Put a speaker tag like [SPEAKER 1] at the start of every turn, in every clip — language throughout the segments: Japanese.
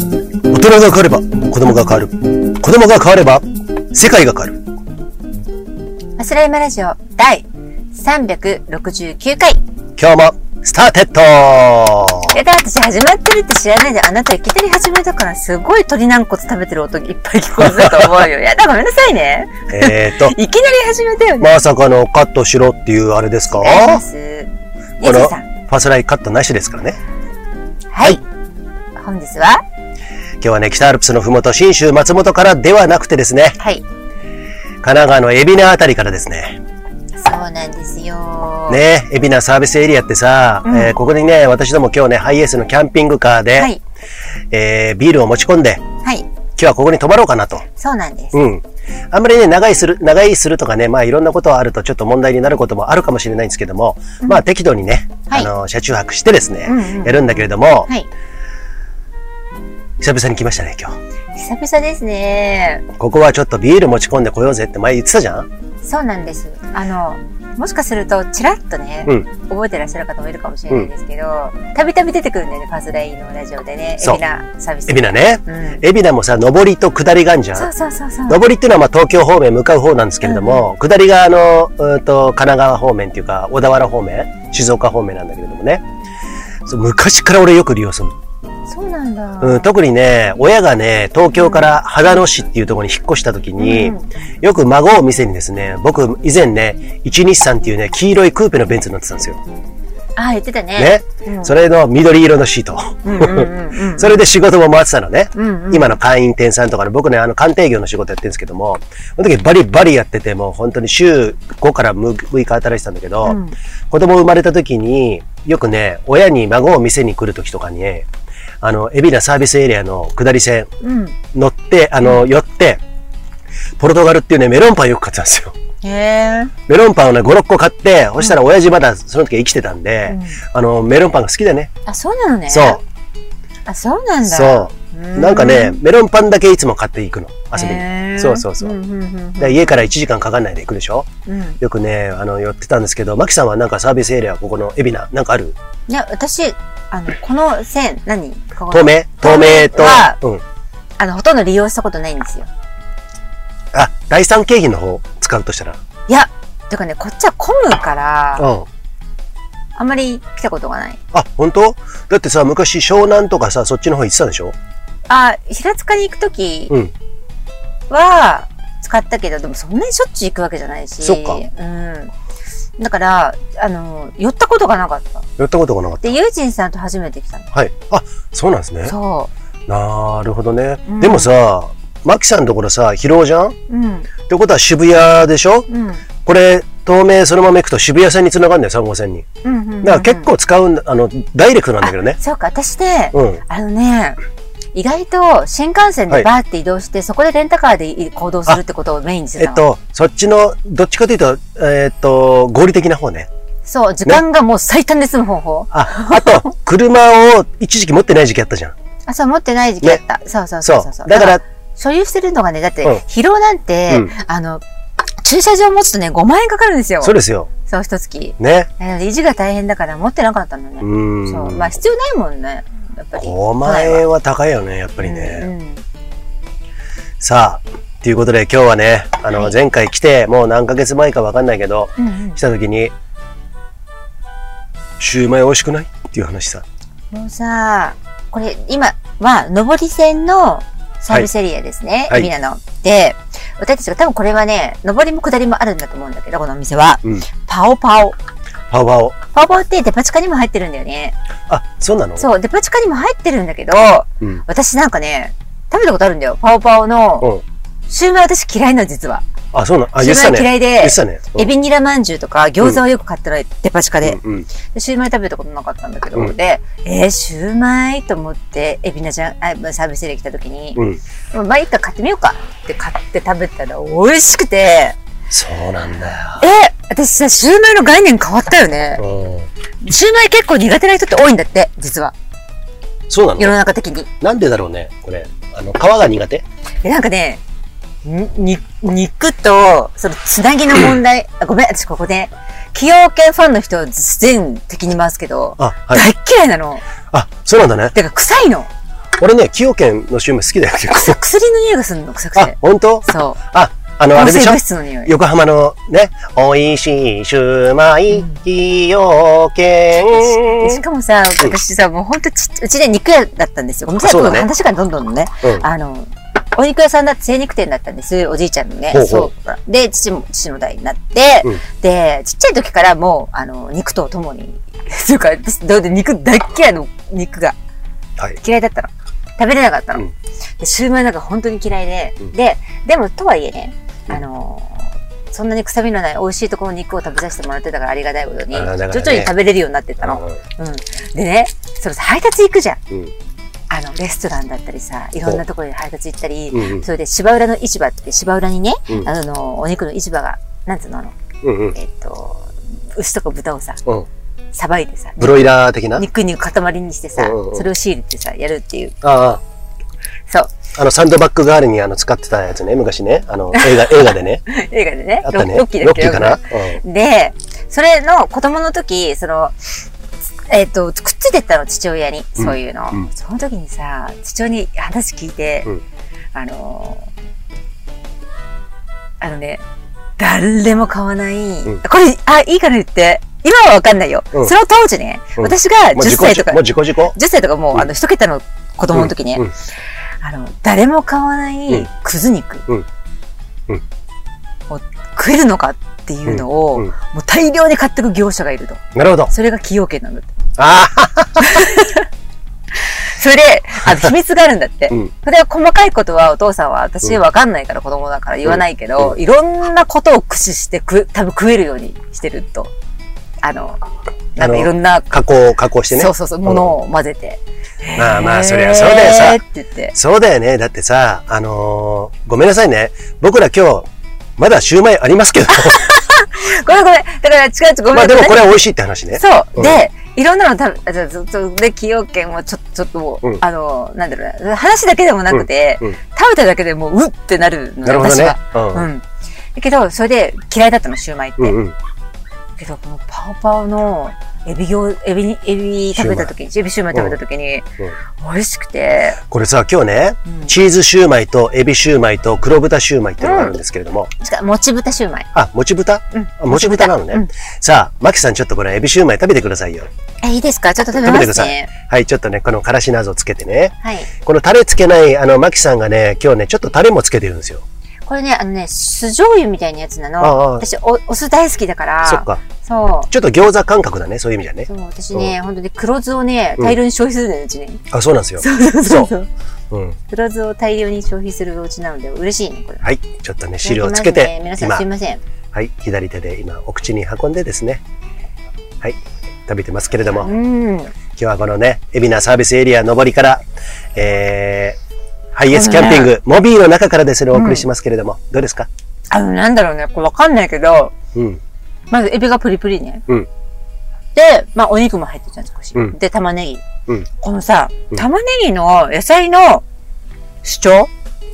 [SPEAKER 1] 人が変われば子供が変わる。子供が変われば世界が変わる。
[SPEAKER 2] 忘れ山ラジオ第369回。
[SPEAKER 1] 今日もスターテッド
[SPEAKER 2] やだ、私始まってるって知らないで、あなたいきなり始めたから、すごい鳥軟骨食べてる音いっぱい聞こえると思 うよ。やだ、ごめんなさいね。
[SPEAKER 1] えーと、
[SPEAKER 2] いきなり始めたよね。
[SPEAKER 1] まさかのカットしろっていうあれですか
[SPEAKER 2] お願いします。ゆずさん。
[SPEAKER 1] ファスライカットなしですからね。
[SPEAKER 2] はい。本日は
[SPEAKER 1] 今日はね、北アルプスのふもと、新州松本からではなくてですね、
[SPEAKER 2] はい。
[SPEAKER 1] 神奈川の海老名あたりからですね、
[SPEAKER 2] そうなんですよ。。
[SPEAKER 1] ね、海老名サービスエリアってさ、
[SPEAKER 2] うん
[SPEAKER 1] えーここにね、私ども今日ね、ハイエースのキャンピングカーで、
[SPEAKER 2] はい。
[SPEAKER 1] えービールを持ち込んで、
[SPEAKER 2] はい。
[SPEAKER 1] 今日はここに泊まろうかなと。
[SPEAKER 2] そうなんです。
[SPEAKER 1] うん。あんまりね、長居する、長居するとかね、まあいろんなことはあるとちょっと問題になることもあるかもしれないんですけども、まあ適度にね、
[SPEAKER 2] はい
[SPEAKER 1] あの、車中泊してですね、
[SPEAKER 2] うんうん
[SPEAKER 1] やるんだけれども、
[SPEAKER 2] はい。
[SPEAKER 1] 久々に来ましたね、今日。
[SPEAKER 2] 久々ですね。
[SPEAKER 1] ここはちょっとビール持ち込んでこようぜって前言ってたじゃん
[SPEAKER 2] そうなんです。あの、もしかすると、ちらっとね、
[SPEAKER 1] うん
[SPEAKER 2] 覚えてらっしゃる方もいるかもしれないですけど、たびたび出てくるんだよね、パズライのラジオでね、
[SPEAKER 1] そう
[SPEAKER 2] エビナサービス。
[SPEAKER 1] 海老名ね。
[SPEAKER 2] うん。
[SPEAKER 1] 海老名もさ、上りと下りがあんじゃん。
[SPEAKER 2] そうそうそうそう。
[SPEAKER 1] 上りっていうのはまあ東京方面向かう方なんですけれども、下りがあの、うーんと、神奈川方面っていうか、小田原方面、静岡方面なんだけれどもね。そう昔から俺よく利用する。
[SPEAKER 2] そうなんだ。
[SPEAKER 1] うん、特にね、親がね、東京から秦野市っていうところに引っ越した時に、
[SPEAKER 2] うん
[SPEAKER 1] よく孫を店にですね、僕以前ね、123っていうね、黄色いクーペのベンツに乗ってたんですよ。
[SPEAKER 2] あ、言ってたね。
[SPEAKER 1] ね。
[SPEAKER 2] うん
[SPEAKER 1] それの緑色のシート。
[SPEAKER 2] うんうんうんうん。
[SPEAKER 1] それで仕事も回ってたのね。
[SPEAKER 2] うんうん
[SPEAKER 1] 今の会員店さんとかの、僕ね、あの、鑑定業の仕事やってるんですけども、その時バリバリやってて、もう本当に週5から6日働いてたんだけど、
[SPEAKER 2] うん
[SPEAKER 1] 子供生まれた時に、よくね、親に孫を店に来る時とかに、あの、海老名サービスエリアの下り線
[SPEAKER 2] うん。
[SPEAKER 1] 乗って、あの、寄って、ポルトガルっていうね、メロンパンよく買ってたんですよ。
[SPEAKER 2] へえ。
[SPEAKER 1] メロンパンをね、5、6個買って、そしたら親父まだその時生きてたんで、
[SPEAKER 2] うん
[SPEAKER 1] あの、メロンパンが好きでね。
[SPEAKER 2] あ、そうなのね。
[SPEAKER 1] そう。。
[SPEAKER 2] あ、そうなんだ。
[SPEAKER 1] そうう。
[SPEAKER 2] ん。
[SPEAKER 1] なんかね、メロンパンだけいつも買っていくの、遊び
[SPEAKER 2] へ
[SPEAKER 1] に。
[SPEAKER 2] ー
[SPEAKER 1] そうそうそう。
[SPEAKER 2] んうんうんうん
[SPEAKER 1] で家から1時間かかんないで行くでしょ
[SPEAKER 2] うん。
[SPEAKER 1] よくね、あの、寄ってたんですけど、マキさんはなんかサービスエリア、ここの海老名、なんかある
[SPEAKER 2] いや、私、あの、この線、何ここ
[SPEAKER 1] 透明透明
[SPEAKER 2] は
[SPEAKER 1] と、うん。
[SPEAKER 2] あの、ほとんど利用したことないんですよ。
[SPEAKER 1] あ、第三景品の方使うとしたら。
[SPEAKER 2] いや、てかね、こっちは混むから、
[SPEAKER 1] うん。
[SPEAKER 2] あんまり来たことがない。
[SPEAKER 1] あ、本当？だってさ、昔湘南とかさ、そっちの方行ってたでしょ
[SPEAKER 2] あ、平塚に行くとき
[SPEAKER 1] うん。
[SPEAKER 2] は、使ったけど、でもそんなにしょっちゅう行くわけじゃないし。
[SPEAKER 1] そっか
[SPEAKER 2] うん。だから、あの、寄ったことがなかった。
[SPEAKER 1] 寄ったことがなかった。
[SPEAKER 2] で、友人さんと初めて来たの。
[SPEAKER 1] はい。あ、そうなんですね。
[SPEAKER 2] そ
[SPEAKER 1] なるほどね。
[SPEAKER 2] うん
[SPEAKER 1] でもさ、マキさんのところさ、広尾じゃんっ
[SPEAKER 2] う。うん。
[SPEAKER 1] てことは渋谷でしょ
[SPEAKER 2] うん。
[SPEAKER 1] これ、透明そのまま行くと渋谷線に繋がるんだよ、3号線に。
[SPEAKER 2] うんうんうんうん。
[SPEAKER 1] だから結構使うんだ、あの、ダイレクトなんだけどね
[SPEAKER 2] あ。そうか、私ね、
[SPEAKER 1] うん。
[SPEAKER 2] あのね、意外と新幹線
[SPEAKER 1] は
[SPEAKER 2] で
[SPEAKER 1] い
[SPEAKER 2] バーって移動して、そこでレンタカーでい行動するってことをメインにして
[SPEAKER 1] え
[SPEAKER 2] た
[SPEAKER 1] っ
[SPEAKER 2] の。
[SPEAKER 1] と、そっちの、どっちかというと、えっと、合理的な方ね。
[SPEAKER 2] そう、時間がもう最短で済む方法。
[SPEAKER 1] あ、あと、 車を一時期持ってない時期あったじゃん。
[SPEAKER 2] あ、そう、持ってない時期あった。そうそ
[SPEAKER 1] そ
[SPEAKER 2] うそう
[SPEAKER 1] う
[SPEAKER 2] そうそう。。
[SPEAKER 1] だから、、
[SPEAKER 2] 所有してるのがね、だって
[SPEAKER 1] うん、
[SPEAKER 2] 疲労なんて、
[SPEAKER 1] うん
[SPEAKER 2] あの、駐車場持つとね、5万円かかるんですよ。
[SPEAKER 1] そうですよ。
[SPEAKER 2] そう、一月。
[SPEAKER 1] ね。
[SPEAKER 2] なので維持が大変だから持ってなかったのね。
[SPEAKER 1] うーん。
[SPEAKER 2] そう。まあ、必要ないもんね。やっぱり。
[SPEAKER 1] 5万円は高いよね、やっぱりね。
[SPEAKER 2] うんうん
[SPEAKER 1] さあ、ということで今日はね、あの、
[SPEAKER 2] はい
[SPEAKER 1] 前回来て、もう何ヶ月前かわかんないけど、
[SPEAKER 2] うんうん
[SPEAKER 1] 来た時に、シューマイ美味しくないっていう話さ。
[SPEAKER 2] もうさ、これ今は上り線のサービスエリアですね。
[SPEAKER 1] はい
[SPEAKER 2] 海老名の。で、私たちが多分これはね、上りも下りもあるんだと思うんだけど、このお店は。
[SPEAKER 1] うん。
[SPEAKER 2] パオパオ。
[SPEAKER 1] パワーを。
[SPEAKER 2] パオパオってデパ地下にも入ってるんだよね。
[SPEAKER 1] あ、そうなの
[SPEAKER 2] そう、デパ地下にも入ってるんだけど、
[SPEAKER 1] う。ん。
[SPEAKER 2] 私なんかね、食べたことあるんだよ。パオパオの、
[SPEAKER 1] うん。
[SPEAKER 2] シューマイ私嫌いなの実は。
[SPEAKER 1] あ、そうなのあ、
[SPEAKER 2] シ
[SPEAKER 1] 言
[SPEAKER 2] ュ
[SPEAKER 1] ってた
[SPEAKER 2] ーマ
[SPEAKER 1] ね。
[SPEAKER 2] イ嫌
[SPEAKER 1] 言
[SPEAKER 2] いで
[SPEAKER 1] って、たね。うん
[SPEAKER 2] エビニラまんじゅうとか餃子をよく買ってるデパ地下で。
[SPEAKER 1] うんうん。
[SPEAKER 2] でシューマイ食べたことなかったんだけど、
[SPEAKER 1] うん
[SPEAKER 2] で、えー、シューマイと思って、エビナちゃん、あまあサービスエリア来た時に、
[SPEAKER 1] うん。
[SPEAKER 2] まあまあいいか買ってみようかって買って食べたら美味しくて、
[SPEAKER 1] そうなんだよ。
[SPEAKER 2] え、私さ、シューマイの概念変わったよね。
[SPEAKER 1] う
[SPEAKER 2] シューマイ結構苦手な人って多いんだって、実は。
[SPEAKER 1] ん。そうな
[SPEAKER 2] 世
[SPEAKER 1] の
[SPEAKER 2] の中的に。
[SPEAKER 1] なんでだろうね、これ。あの、皮が苦手
[SPEAKER 2] で、なんかね、に、肉と、その、つなぎの 問題、あごめん、私ここで、崎陽系ファンの人全敵に回すけど、
[SPEAKER 1] あ、はい。
[SPEAKER 2] 大っ嫌いなの。
[SPEAKER 1] あ、そうなんだね。
[SPEAKER 2] てか、臭いの。
[SPEAKER 1] 俺ね、崎陽軒のシウマイ好きだよ、結構。
[SPEAKER 2] 薬の匂いがするの、臭く
[SPEAKER 1] あ
[SPEAKER 2] て、。
[SPEAKER 1] 本当
[SPEAKER 2] そ
[SPEAKER 1] あ、あ
[SPEAKER 2] う。
[SPEAKER 1] の、あれでしょ
[SPEAKER 2] 物質の匂い。
[SPEAKER 1] 横浜のね、美味しいシューマイ
[SPEAKER 2] うん、
[SPEAKER 1] 崎陽軒。
[SPEAKER 2] でしかもさ、私さ、もうほんとち、うちね、肉屋だったんですよ。お店
[SPEAKER 1] そうだ
[SPEAKER 2] は
[SPEAKER 1] ね
[SPEAKER 2] 話がどんどんね、
[SPEAKER 1] うん
[SPEAKER 2] あの、お肉屋さんだって精肉店だったんです、おじいちゃんのね。
[SPEAKER 1] ほうほう
[SPEAKER 2] そう。で、父も、父の代になって、
[SPEAKER 1] うん
[SPEAKER 2] で、ちっちゃい時からもう、あの、肉と共に、 というか、私、どうで肉大っ嫌いの肉が
[SPEAKER 1] はい。
[SPEAKER 2] 嫌いだったの。食べれなかったの。
[SPEAKER 1] うん
[SPEAKER 2] で、シューマイなんか本当に嫌いで、
[SPEAKER 1] うん
[SPEAKER 2] で、でも、とはいえね、
[SPEAKER 1] うん
[SPEAKER 2] あのそんなに臭みのない美味しいところの肉を食べさせてもらってたからありがたいことに、
[SPEAKER 1] あーだからね
[SPEAKER 2] 徐々に食べれるようになってったの。うん。でね、そのさ配達行くじゃん。
[SPEAKER 1] うん
[SPEAKER 2] あの、レストランだったりさ、いろんなところに配達行ったり、
[SPEAKER 1] うんうん
[SPEAKER 2] それで芝浦の市場って、芝浦にね、
[SPEAKER 1] うん
[SPEAKER 2] あの、お肉の市場が、なんつうのあの、
[SPEAKER 1] うんうん
[SPEAKER 2] えっと、牛とか豚をさ、
[SPEAKER 1] うん
[SPEAKER 2] さばいてさ、
[SPEAKER 1] ブロイラー的な
[SPEAKER 2] 肉に塊にして
[SPEAKER 1] う
[SPEAKER 2] さ、
[SPEAKER 1] んうんうん
[SPEAKER 2] それを仕入れてさ、やるっていう。
[SPEAKER 1] あ
[SPEAKER 2] そう。
[SPEAKER 1] あ、あの、サンドバッグ代わりにあの使ってたやつね、昔ね。あ の、映画、映画でね。
[SPEAKER 2] 映画でね
[SPEAKER 1] あったね。
[SPEAKER 2] ロッキーだっけ
[SPEAKER 1] ロッキーかな
[SPEAKER 2] で、それの子供の時、その、えっ、と、くっついてったの、父親に、そういうの。
[SPEAKER 1] うん
[SPEAKER 2] その時にさ、父親に話聞いて、
[SPEAKER 1] うん
[SPEAKER 2] あのー、あのね、誰も買わない、
[SPEAKER 1] うん
[SPEAKER 2] これ、あ、いいから言って、今はわかんないよ。
[SPEAKER 1] うん
[SPEAKER 2] その当時ね、
[SPEAKER 1] うん
[SPEAKER 2] 私が
[SPEAKER 1] うん。もう
[SPEAKER 2] 10
[SPEAKER 1] 自
[SPEAKER 2] 歳
[SPEAKER 1] 己
[SPEAKER 2] とか、
[SPEAKER 1] もう自己自己。
[SPEAKER 2] 10歳とかもう、
[SPEAKER 1] うん
[SPEAKER 2] あの、一桁の子供の時ね、
[SPEAKER 1] うんうん
[SPEAKER 2] あの、誰も買わな
[SPEAKER 1] う
[SPEAKER 2] い
[SPEAKER 1] ん
[SPEAKER 2] くず肉
[SPEAKER 1] うんうん
[SPEAKER 2] を食えるのかっていうのを、
[SPEAKER 1] うんうん
[SPEAKER 2] もう大量に買ってく業者がいると。
[SPEAKER 1] なるほど。
[SPEAKER 2] それが崎陽軒なんだって。
[SPEAKER 1] ああ、
[SPEAKER 2] それで、あの、秘密があるんだって。
[SPEAKER 1] うん
[SPEAKER 2] それは細かいことはお父さんは私わかんないから子供だから言わないけ
[SPEAKER 1] う
[SPEAKER 2] ど、
[SPEAKER 1] んう
[SPEAKER 2] いろんなことを駆使して食う、多分食えるようにしてると。あの、なんかいろんな、
[SPEAKER 1] 加工、加工してね
[SPEAKER 2] そう。そうそう、ものを混ぜて。
[SPEAKER 1] まあまあ、そりゃそうだよさ
[SPEAKER 2] へー。って言って。
[SPEAKER 1] そうだよね。だってさ、あのーごめんなさいね。僕ら今日、まだシューマイありますけど、
[SPEAKER 2] ごめんごめん。だから違う違う、ごめん。
[SPEAKER 1] まあでも
[SPEAKER 2] ご
[SPEAKER 1] こ
[SPEAKER 2] めん
[SPEAKER 1] れは美味しいって話ね。
[SPEAKER 2] そう。
[SPEAKER 1] うん
[SPEAKER 2] で、いろんなの食べ、あじゃあずっとで、崎陽軒はちょちょっともう、
[SPEAKER 1] うん
[SPEAKER 2] あの、なんだろうな、話だけでもなくて、
[SPEAKER 1] うんうん
[SPEAKER 2] 食べただけでもう、うってなるの
[SPEAKER 1] な
[SPEAKER 2] よ、
[SPEAKER 1] るほど
[SPEAKER 2] 私
[SPEAKER 1] ね
[SPEAKER 2] は。。う。
[SPEAKER 1] うん
[SPEAKER 2] だけど、それで嫌いだったの、シューマイって。
[SPEAKER 1] ん。うんうん。
[SPEAKER 2] けど、このパオパオの、エビ行、エビに、エビ食べた時に、エビシューマイ食べた時に、美味しくて、
[SPEAKER 1] これさ、今日ね、
[SPEAKER 2] うん
[SPEAKER 1] チーズシューマイとエビシューマイと黒豚シューマイっていうのがあるんですけれども、
[SPEAKER 2] しかも、もち豚シューマイ。
[SPEAKER 1] あ、もち豚
[SPEAKER 2] うん
[SPEAKER 1] あもち豚なのね。
[SPEAKER 2] うん
[SPEAKER 1] さあ、マキさんちょっとこれエビシューマイ食べてくださいよ。
[SPEAKER 2] え、いいですかちょっと食べ
[SPEAKER 1] 食べ
[SPEAKER 2] ま
[SPEAKER 1] てくだ
[SPEAKER 2] す
[SPEAKER 1] さい
[SPEAKER 2] ね。
[SPEAKER 1] はい、ちょっとね、このからしなぞつけてね。
[SPEAKER 2] はい。
[SPEAKER 1] このタレつけない、あの、マキさんがね、今日ね、ちょっとタレもつけてるんですよ。
[SPEAKER 2] これね、あのね、酢醤油みたいなやつなの。
[SPEAKER 1] あああ
[SPEAKER 2] 私お、お酢大好きだから。
[SPEAKER 1] そっか。
[SPEAKER 2] そう。
[SPEAKER 1] ちょっと餃子感覚だね、そういう意味じゃね。
[SPEAKER 2] そう、私ね、本当に黒酢をね、大量に消費するのよ、うちね。
[SPEAKER 1] あ、そうなんですよ。
[SPEAKER 2] そう
[SPEAKER 1] そう
[SPEAKER 2] そう。
[SPEAKER 1] うん。
[SPEAKER 2] 黒酢を大量に消費するお家なので、嬉しいね、これ。
[SPEAKER 1] はい、ちょっとね、汁をつけて
[SPEAKER 2] いただき、ますね皆さん
[SPEAKER 1] 今
[SPEAKER 2] すい、ません。
[SPEAKER 1] はい、左手で今、お口に運んでですね。はい、食べてますけれども。
[SPEAKER 2] うん。
[SPEAKER 1] 今日はこのね、海老名サービスエリア上りから、えー、ハイエースキャンピング、モビーの中からですね、お送りしますけれども、どうですか
[SPEAKER 2] あの、なんだろうね、これわかんないけど、
[SPEAKER 1] うん。
[SPEAKER 2] まずエビがプリプリね。
[SPEAKER 1] うん
[SPEAKER 2] で、まあ、お肉も入ってるじゃん、少し。
[SPEAKER 1] うん
[SPEAKER 2] で、玉ねぎ。
[SPEAKER 1] うん
[SPEAKER 2] このさ
[SPEAKER 1] うん、
[SPEAKER 2] 玉ねぎの野菜の主張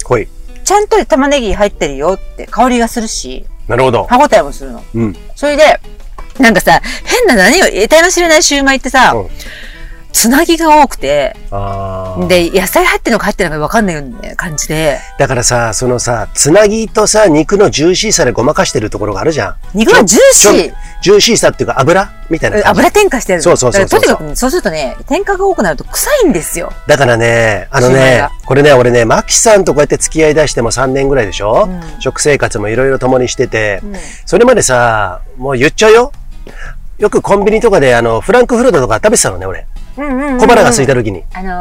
[SPEAKER 1] ほい。
[SPEAKER 2] ちゃんと玉ねぎ入ってるよって香りがするし、
[SPEAKER 1] なるほど。
[SPEAKER 2] 歯応えもするの。
[SPEAKER 1] うん。
[SPEAKER 2] それで、なんかさ、変な何を、得体の知れないシューマイってさ、
[SPEAKER 1] うん
[SPEAKER 2] つなぎが多くて、
[SPEAKER 1] あー
[SPEAKER 2] で、野菜入ってるのか入ってないのか分かんないような感じで、
[SPEAKER 1] だからさ、そのさ、つなぎとさ、肉のジューシーさでごまかしてるところがあるじゃん。
[SPEAKER 2] 肉がジューシ
[SPEAKER 1] ちょ
[SPEAKER 2] ー、
[SPEAKER 1] ジューシーさっていうか油みたいな
[SPEAKER 2] うん
[SPEAKER 1] 感じ。
[SPEAKER 2] 油添加してるの
[SPEAKER 1] そうそうそうそう
[SPEAKER 2] だからとにかくね、そうするとね、添加が多くなると臭いんですよ。
[SPEAKER 1] だからね、あの
[SPEAKER 2] シューマイ
[SPEAKER 1] ね
[SPEAKER 2] が、
[SPEAKER 1] これね、俺ね、マキさんとこうやって付き合い出しても3年ぐらいでしょ、
[SPEAKER 2] うん
[SPEAKER 1] 食生活もいろいろ共にしてて、
[SPEAKER 2] うん
[SPEAKER 1] それまでさ、もう言っちゃうよ。よくコンビニとかで、あの、フランクフルトとか食べてたのね、俺。
[SPEAKER 2] うんうんうん
[SPEAKER 1] 小腹が空いた時に。
[SPEAKER 2] あのー、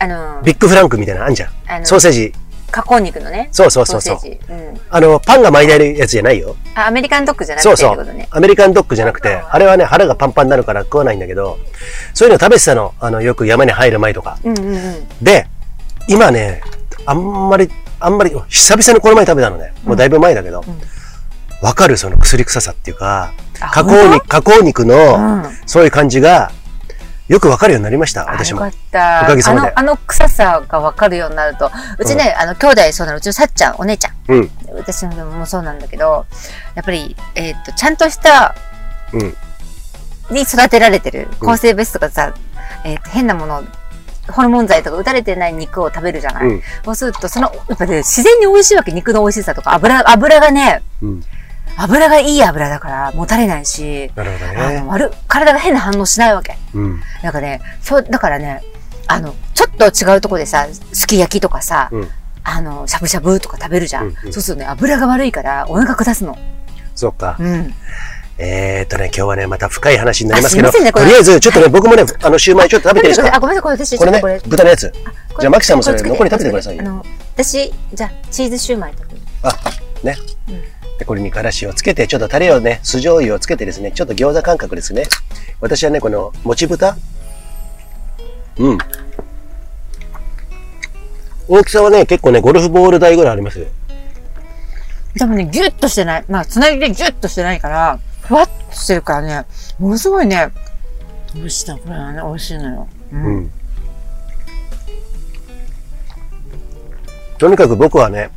[SPEAKER 2] あのー、
[SPEAKER 1] ビッグフランクみたいなのあんじゃん。
[SPEAKER 2] あの
[SPEAKER 1] ソーセージ。
[SPEAKER 2] 加工肉のね、
[SPEAKER 1] そうそうそうそう
[SPEAKER 2] ソーセージうん
[SPEAKER 1] あの、パンが巻いてあるやつじゃないよ。
[SPEAKER 2] あアメリカンドッグじゃなくて
[SPEAKER 1] そう
[SPEAKER 2] って
[SPEAKER 1] そ
[SPEAKER 2] こと
[SPEAKER 1] う
[SPEAKER 2] ね。。
[SPEAKER 1] アメリカンドッグじゃなくて、あれはね、腹がパンパンになるから食わないんだけど、そういうの食べてたの。あの、よく山に入る前とか。
[SPEAKER 2] うんうんうん。
[SPEAKER 1] で、今ね、あんまり、あんまり、久々にこの前食べたのね。もうだいぶ前だけど
[SPEAKER 2] ん。
[SPEAKER 1] わ、かるその薬臭さっていうか、
[SPEAKER 2] あ
[SPEAKER 1] 加工
[SPEAKER 2] 本
[SPEAKER 1] 肉、加工肉の、
[SPEAKER 2] 当うん。
[SPEAKER 1] そういう感じが、よくわかるようになりました、
[SPEAKER 2] あ
[SPEAKER 1] 私
[SPEAKER 2] よ
[SPEAKER 1] も
[SPEAKER 2] か。った。
[SPEAKER 1] おかげさまで
[SPEAKER 2] あの、あの臭さが分かるようになると。うちね、あの、兄弟そうなの。うちのさっちゃん、お姉ちゃん。
[SPEAKER 1] うん。
[SPEAKER 2] 私のもそうなんだけど、やっぱり、えーっと、ちゃんとした、
[SPEAKER 1] うん
[SPEAKER 2] に育てられてる。
[SPEAKER 1] うん
[SPEAKER 2] 抗生物質とかさ、えーっと変なものをホルモン剤とか打たれてない肉を食べるじゃない。
[SPEAKER 1] うん
[SPEAKER 2] そうすると、その、やっぱね、自然に美味しいわけ、肉の美味しさとか、油、油がね、
[SPEAKER 1] うん。
[SPEAKER 2] 油がいい油だから、もたれないし、
[SPEAKER 1] なるほど
[SPEAKER 2] あ
[SPEAKER 1] ね。
[SPEAKER 2] の悪体が変な反応しないわけ。
[SPEAKER 1] うん。
[SPEAKER 2] なんかね、そう、だからね、あの、ちょっと違うとこでさ、すき焼きとかさ、
[SPEAKER 1] うん
[SPEAKER 2] あの、しゃぶしゃぶとか食べるじゃん。
[SPEAKER 1] うんうん
[SPEAKER 2] そうするとね、油が悪いから、お腹下すの。
[SPEAKER 1] そうか。
[SPEAKER 2] うん。
[SPEAKER 1] えーっとね、今日はね、また深い話になりますけ
[SPEAKER 2] あ
[SPEAKER 1] ど、
[SPEAKER 2] すいませんねことれ
[SPEAKER 1] りあえず、ちょっとね、僕もね、あの、シューマイちょっと食べていいです
[SPEAKER 2] あ、
[SPEAKER 1] か
[SPEAKER 2] ごめんなさい、これ私、
[SPEAKER 1] これね
[SPEAKER 2] これ、これ
[SPEAKER 1] 豚のやつ。じゃあマキさんもそれ
[SPEAKER 2] こ
[SPEAKER 1] 残り食べてくださいよ
[SPEAKER 2] あの、私、じゃあ、チーズシューマイとか。
[SPEAKER 1] あ、 ね
[SPEAKER 2] うん。
[SPEAKER 1] で、これにからしをつけて、ちょっとタレをね、酢醤油をつけてですね、ちょっと餃子感覚ですね。私はね、この、もち豚うん。大きさはね、結構ね、ゴルフボール台ぐらいあります。
[SPEAKER 2] でもね、ギュッとしてない。まあ、つなぎでギュッとしてないから、ふわっとしてるからね、ものすごいね、美味しいな、これはね、美味しいのよ。う。
[SPEAKER 1] うんん。とにかく僕はね、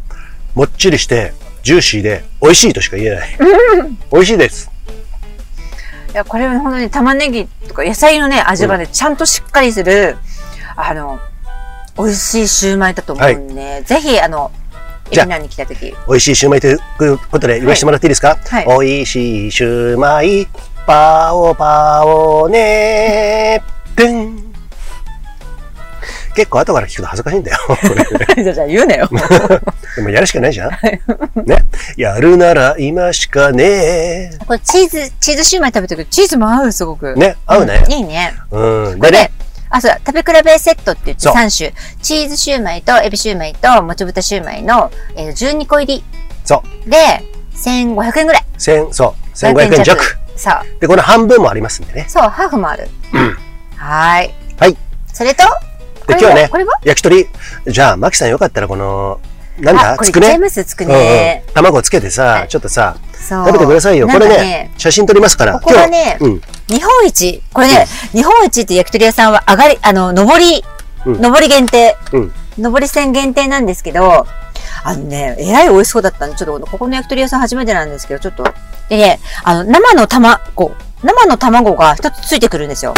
[SPEAKER 1] もっちりして、ジューシーで、美味しいとしか言えない。美味しいです。
[SPEAKER 2] いや、これは本当に玉ねぎとか野菜のね、味がね、ちゃんとしっかりする、あの、美味しいシューマイだと思うんで、ぜひ、あの、
[SPEAKER 1] じゃあ
[SPEAKER 2] 海老名に来た時。
[SPEAKER 1] 美味しいシューマイということで言わせてもらっていいですか、
[SPEAKER 2] はい
[SPEAKER 1] 美味しいシューマイ、パオパオねーてん。結構後から聞くと恥ずかしいんだよ。
[SPEAKER 2] じゃあ、じゃあ言うなよ。
[SPEAKER 1] でもやるしかないじゃん。ね。やるなら今しかね
[SPEAKER 2] これチーズ、チーズシューマイ食べてるけど、チーズも合う、すごく。
[SPEAKER 1] ー。ね、合うね。
[SPEAKER 2] いいね。
[SPEAKER 1] うん。
[SPEAKER 2] こ
[SPEAKER 1] で
[SPEAKER 2] れ
[SPEAKER 1] ね
[SPEAKER 2] で、、あ、そうだ、食べ比べセットって言って
[SPEAKER 1] そう
[SPEAKER 2] 3種。チーズシューマイとエビシューマイともち豚シューマイの、えー12個入
[SPEAKER 1] そう。
[SPEAKER 2] りで、1500円ぐらい。
[SPEAKER 1] 千、そう、千五百円弱。
[SPEAKER 2] さあ、
[SPEAKER 1] で、この半分もありますんでね。
[SPEAKER 2] そう、ハーフもある。はーい。
[SPEAKER 1] はい。
[SPEAKER 2] それと、
[SPEAKER 1] で、
[SPEAKER 2] これ
[SPEAKER 1] 今日はね
[SPEAKER 2] これは、
[SPEAKER 1] 焼き鳥。じゃあ、マキさんよかったらこの、なん
[SPEAKER 2] あ
[SPEAKER 1] だ、
[SPEAKER 2] これ
[SPEAKER 1] つ
[SPEAKER 2] いっ
[SPEAKER 1] く
[SPEAKER 2] ちゃい
[SPEAKER 1] ね。
[SPEAKER 2] ます、つく
[SPEAKER 1] うん
[SPEAKER 2] ね。
[SPEAKER 1] うん。卵つけてさ、ちょっとさ、
[SPEAKER 2] そう。
[SPEAKER 1] 食べてくださいよ。
[SPEAKER 2] な
[SPEAKER 1] こ
[SPEAKER 2] んか
[SPEAKER 1] れね、写真撮りますから。
[SPEAKER 2] ここはね
[SPEAKER 1] 今日
[SPEAKER 2] 日本一、これね、日本一って焼き鳥屋さんは上がり、あの、上り、
[SPEAKER 1] うん
[SPEAKER 2] 上り限定、
[SPEAKER 1] うん
[SPEAKER 2] 上り線限定なんですけど、あのね、えらい美味しそうだったんで、ちょっとここの焼き鳥屋さん初めてなんですけど、ちょっと、でね、あの、生の卵、生の卵が一つついてくるんですよ。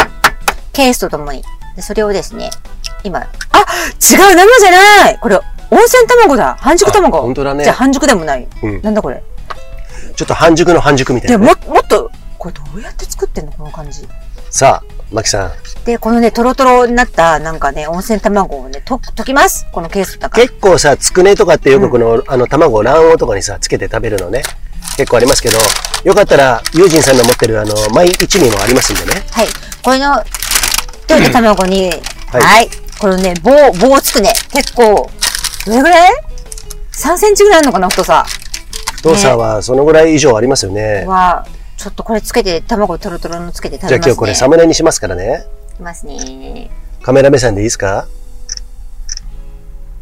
[SPEAKER 2] ケースとともに。で、それをですね、今、あ違う生じゃないこれ、温泉卵だ半熟
[SPEAKER 1] あ
[SPEAKER 2] 卵
[SPEAKER 1] 本当だね
[SPEAKER 2] じゃあ半熟でもない。
[SPEAKER 1] うん
[SPEAKER 2] なんだこれ。
[SPEAKER 1] うん。ちょっと半熟の半熟みたい
[SPEAKER 2] で
[SPEAKER 1] なね。
[SPEAKER 2] も、もっと、これどうやって作ってんのこの感じ。
[SPEAKER 1] さあ、マキさん。
[SPEAKER 2] で、このね、トロトロになった、なんかね、温泉卵をね、と、溶きます。このケースの中。
[SPEAKER 1] 結構さ、つくねとかってよくこの、あの、卵、卵黄とかにさ、つけて食べるのね。結構ありますけど、よかったら、ユージンさんの持ってるあの、マイ一味もありますんでね。
[SPEAKER 2] はい。これの、溶いた卵に、
[SPEAKER 1] は
[SPEAKER 2] はいい、このね、棒、棒つくね。結構、どれぐらい ?3 センチぐらいあるのかな、太さ。
[SPEAKER 1] 父さんはそのぐらい以上ありますよね。
[SPEAKER 2] は、ちょっとこれつけて、卵トロトロのつけて食
[SPEAKER 1] じゃ
[SPEAKER 2] べますね。
[SPEAKER 1] あ今日これサムネにしますからね。
[SPEAKER 2] いきますね。
[SPEAKER 1] カメラ目線でいいですか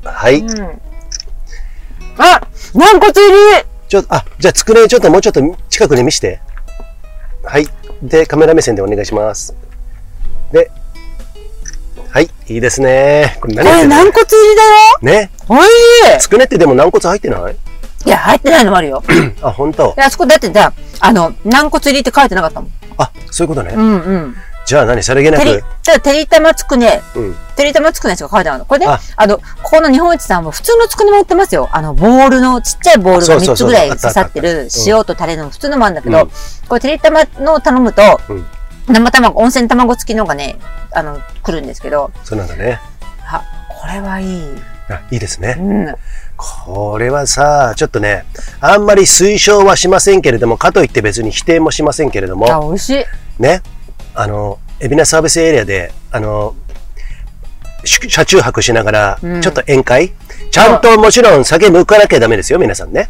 [SPEAKER 1] は
[SPEAKER 2] う
[SPEAKER 1] い。
[SPEAKER 2] ん。あ軟骨入り
[SPEAKER 1] ちょっと、あ、じゃあつくねちょっともうちょっと近くで見して。はい。で、カメラ目線でお願いします。で、はい。いいですね。これ
[SPEAKER 2] こ
[SPEAKER 1] 何やっ
[SPEAKER 2] れ
[SPEAKER 1] てんの
[SPEAKER 2] 軟骨入りだよ
[SPEAKER 1] ね。
[SPEAKER 2] おいし
[SPEAKER 1] つくねってでも軟骨入ってない
[SPEAKER 2] いいや、入ってないのもあるよ。
[SPEAKER 1] あ、本当
[SPEAKER 2] い。や、あそこだってさ、あの、軟骨入りって書いてなかったもん。
[SPEAKER 1] あ、そういうことね。
[SPEAKER 2] うんうん。
[SPEAKER 1] じゃあ何さりげな
[SPEAKER 2] てり
[SPEAKER 1] く。、
[SPEAKER 2] ただ、てりたまつくね、
[SPEAKER 1] うん。
[SPEAKER 2] てりたまつくねしか書いてあるの。これね、
[SPEAKER 1] あ
[SPEAKER 2] あの、ここの日本一さんも普通のつくねも売ってますよ。あの、ボールの、ちっちゃいボール
[SPEAKER 1] そう
[SPEAKER 2] が
[SPEAKER 1] そ
[SPEAKER 2] 3
[SPEAKER 1] うそう
[SPEAKER 2] つぐらい刺さって
[SPEAKER 1] あったあ
[SPEAKER 2] る
[SPEAKER 1] った、
[SPEAKER 2] 塩とタレの普通のもあるんだけ
[SPEAKER 1] う
[SPEAKER 2] ど、
[SPEAKER 1] ん
[SPEAKER 2] これてりたまのを頼むと、
[SPEAKER 1] うん
[SPEAKER 2] 生卵、温泉卵付きのがね、あの、来るんですけど、
[SPEAKER 1] そうなんだね。
[SPEAKER 2] あ、これはいい。
[SPEAKER 1] あいいですね。
[SPEAKER 2] うん。
[SPEAKER 1] これはさ、ちょっとね、あんまり推奨はしませんけれども、かといって別に否定もしませんけれども、
[SPEAKER 2] あ、美味しい。
[SPEAKER 1] ね、あの、海老名サービスエリアで、あの、し車中泊しながら、
[SPEAKER 2] うん
[SPEAKER 1] ちょっと宴会、ちゃんともちろん酒向かなきゃダメですよ、皆さんね。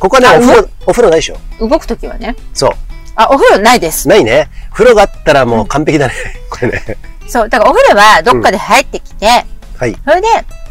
[SPEAKER 1] ここはね、お風呂、お風呂ないでしょ。
[SPEAKER 2] 動くときはね。
[SPEAKER 1] そ
[SPEAKER 2] あ、お風呂ないです
[SPEAKER 1] う。。ないね。風呂があったらもう完璧だね。 これね。
[SPEAKER 2] そう。だからお風呂はどっかで入ってきて、
[SPEAKER 1] はい。
[SPEAKER 2] それで、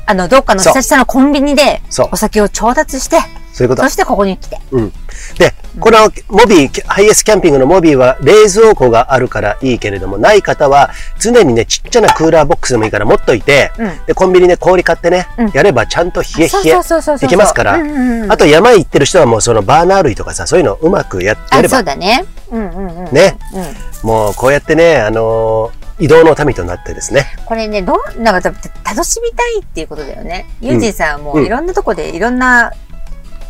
[SPEAKER 2] あの、どっかの
[SPEAKER 1] そう
[SPEAKER 2] 久々のコンビニで
[SPEAKER 1] そう、
[SPEAKER 2] お酒を調達して、
[SPEAKER 1] そういうこと
[SPEAKER 2] そ。してここに来て。
[SPEAKER 1] うん。で、このモビー、ハイエースキャンピングのモビーは冷蔵庫があるからいいけれども、ない方は常にね、ちっちゃなクーラーボックスでもいいから持っといて、
[SPEAKER 2] うん
[SPEAKER 1] で、コンビニで氷買ってね、
[SPEAKER 2] うん
[SPEAKER 1] やればちゃんと冷え
[SPEAKER 2] そう
[SPEAKER 1] 冷
[SPEAKER 2] そうそうそう
[SPEAKER 1] え
[SPEAKER 2] そ
[SPEAKER 1] で
[SPEAKER 2] う
[SPEAKER 1] きますから、
[SPEAKER 2] うんうんうん
[SPEAKER 1] あと山行ってる人はもうそのバーナー類とかさ、そういうのうまくやや
[SPEAKER 2] あ、
[SPEAKER 1] れ
[SPEAKER 2] そ
[SPEAKER 1] ば
[SPEAKER 2] う、だね。うんうんうん。
[SPEAKER 1] ね、
[SPEAKER 2] うん。
[SPEAKER 1] もうこうやってね、あのー移動の民となってですね。
[SPEAKER 2] これね、どんなんか楽しみたいっていうことだよね。
[SPEAKER 1] ん
[SPEAKER 2] ユージンさんはも
[SPEAKER 1] う
[SPEAKER 2] うんいろんなとこでいろんな、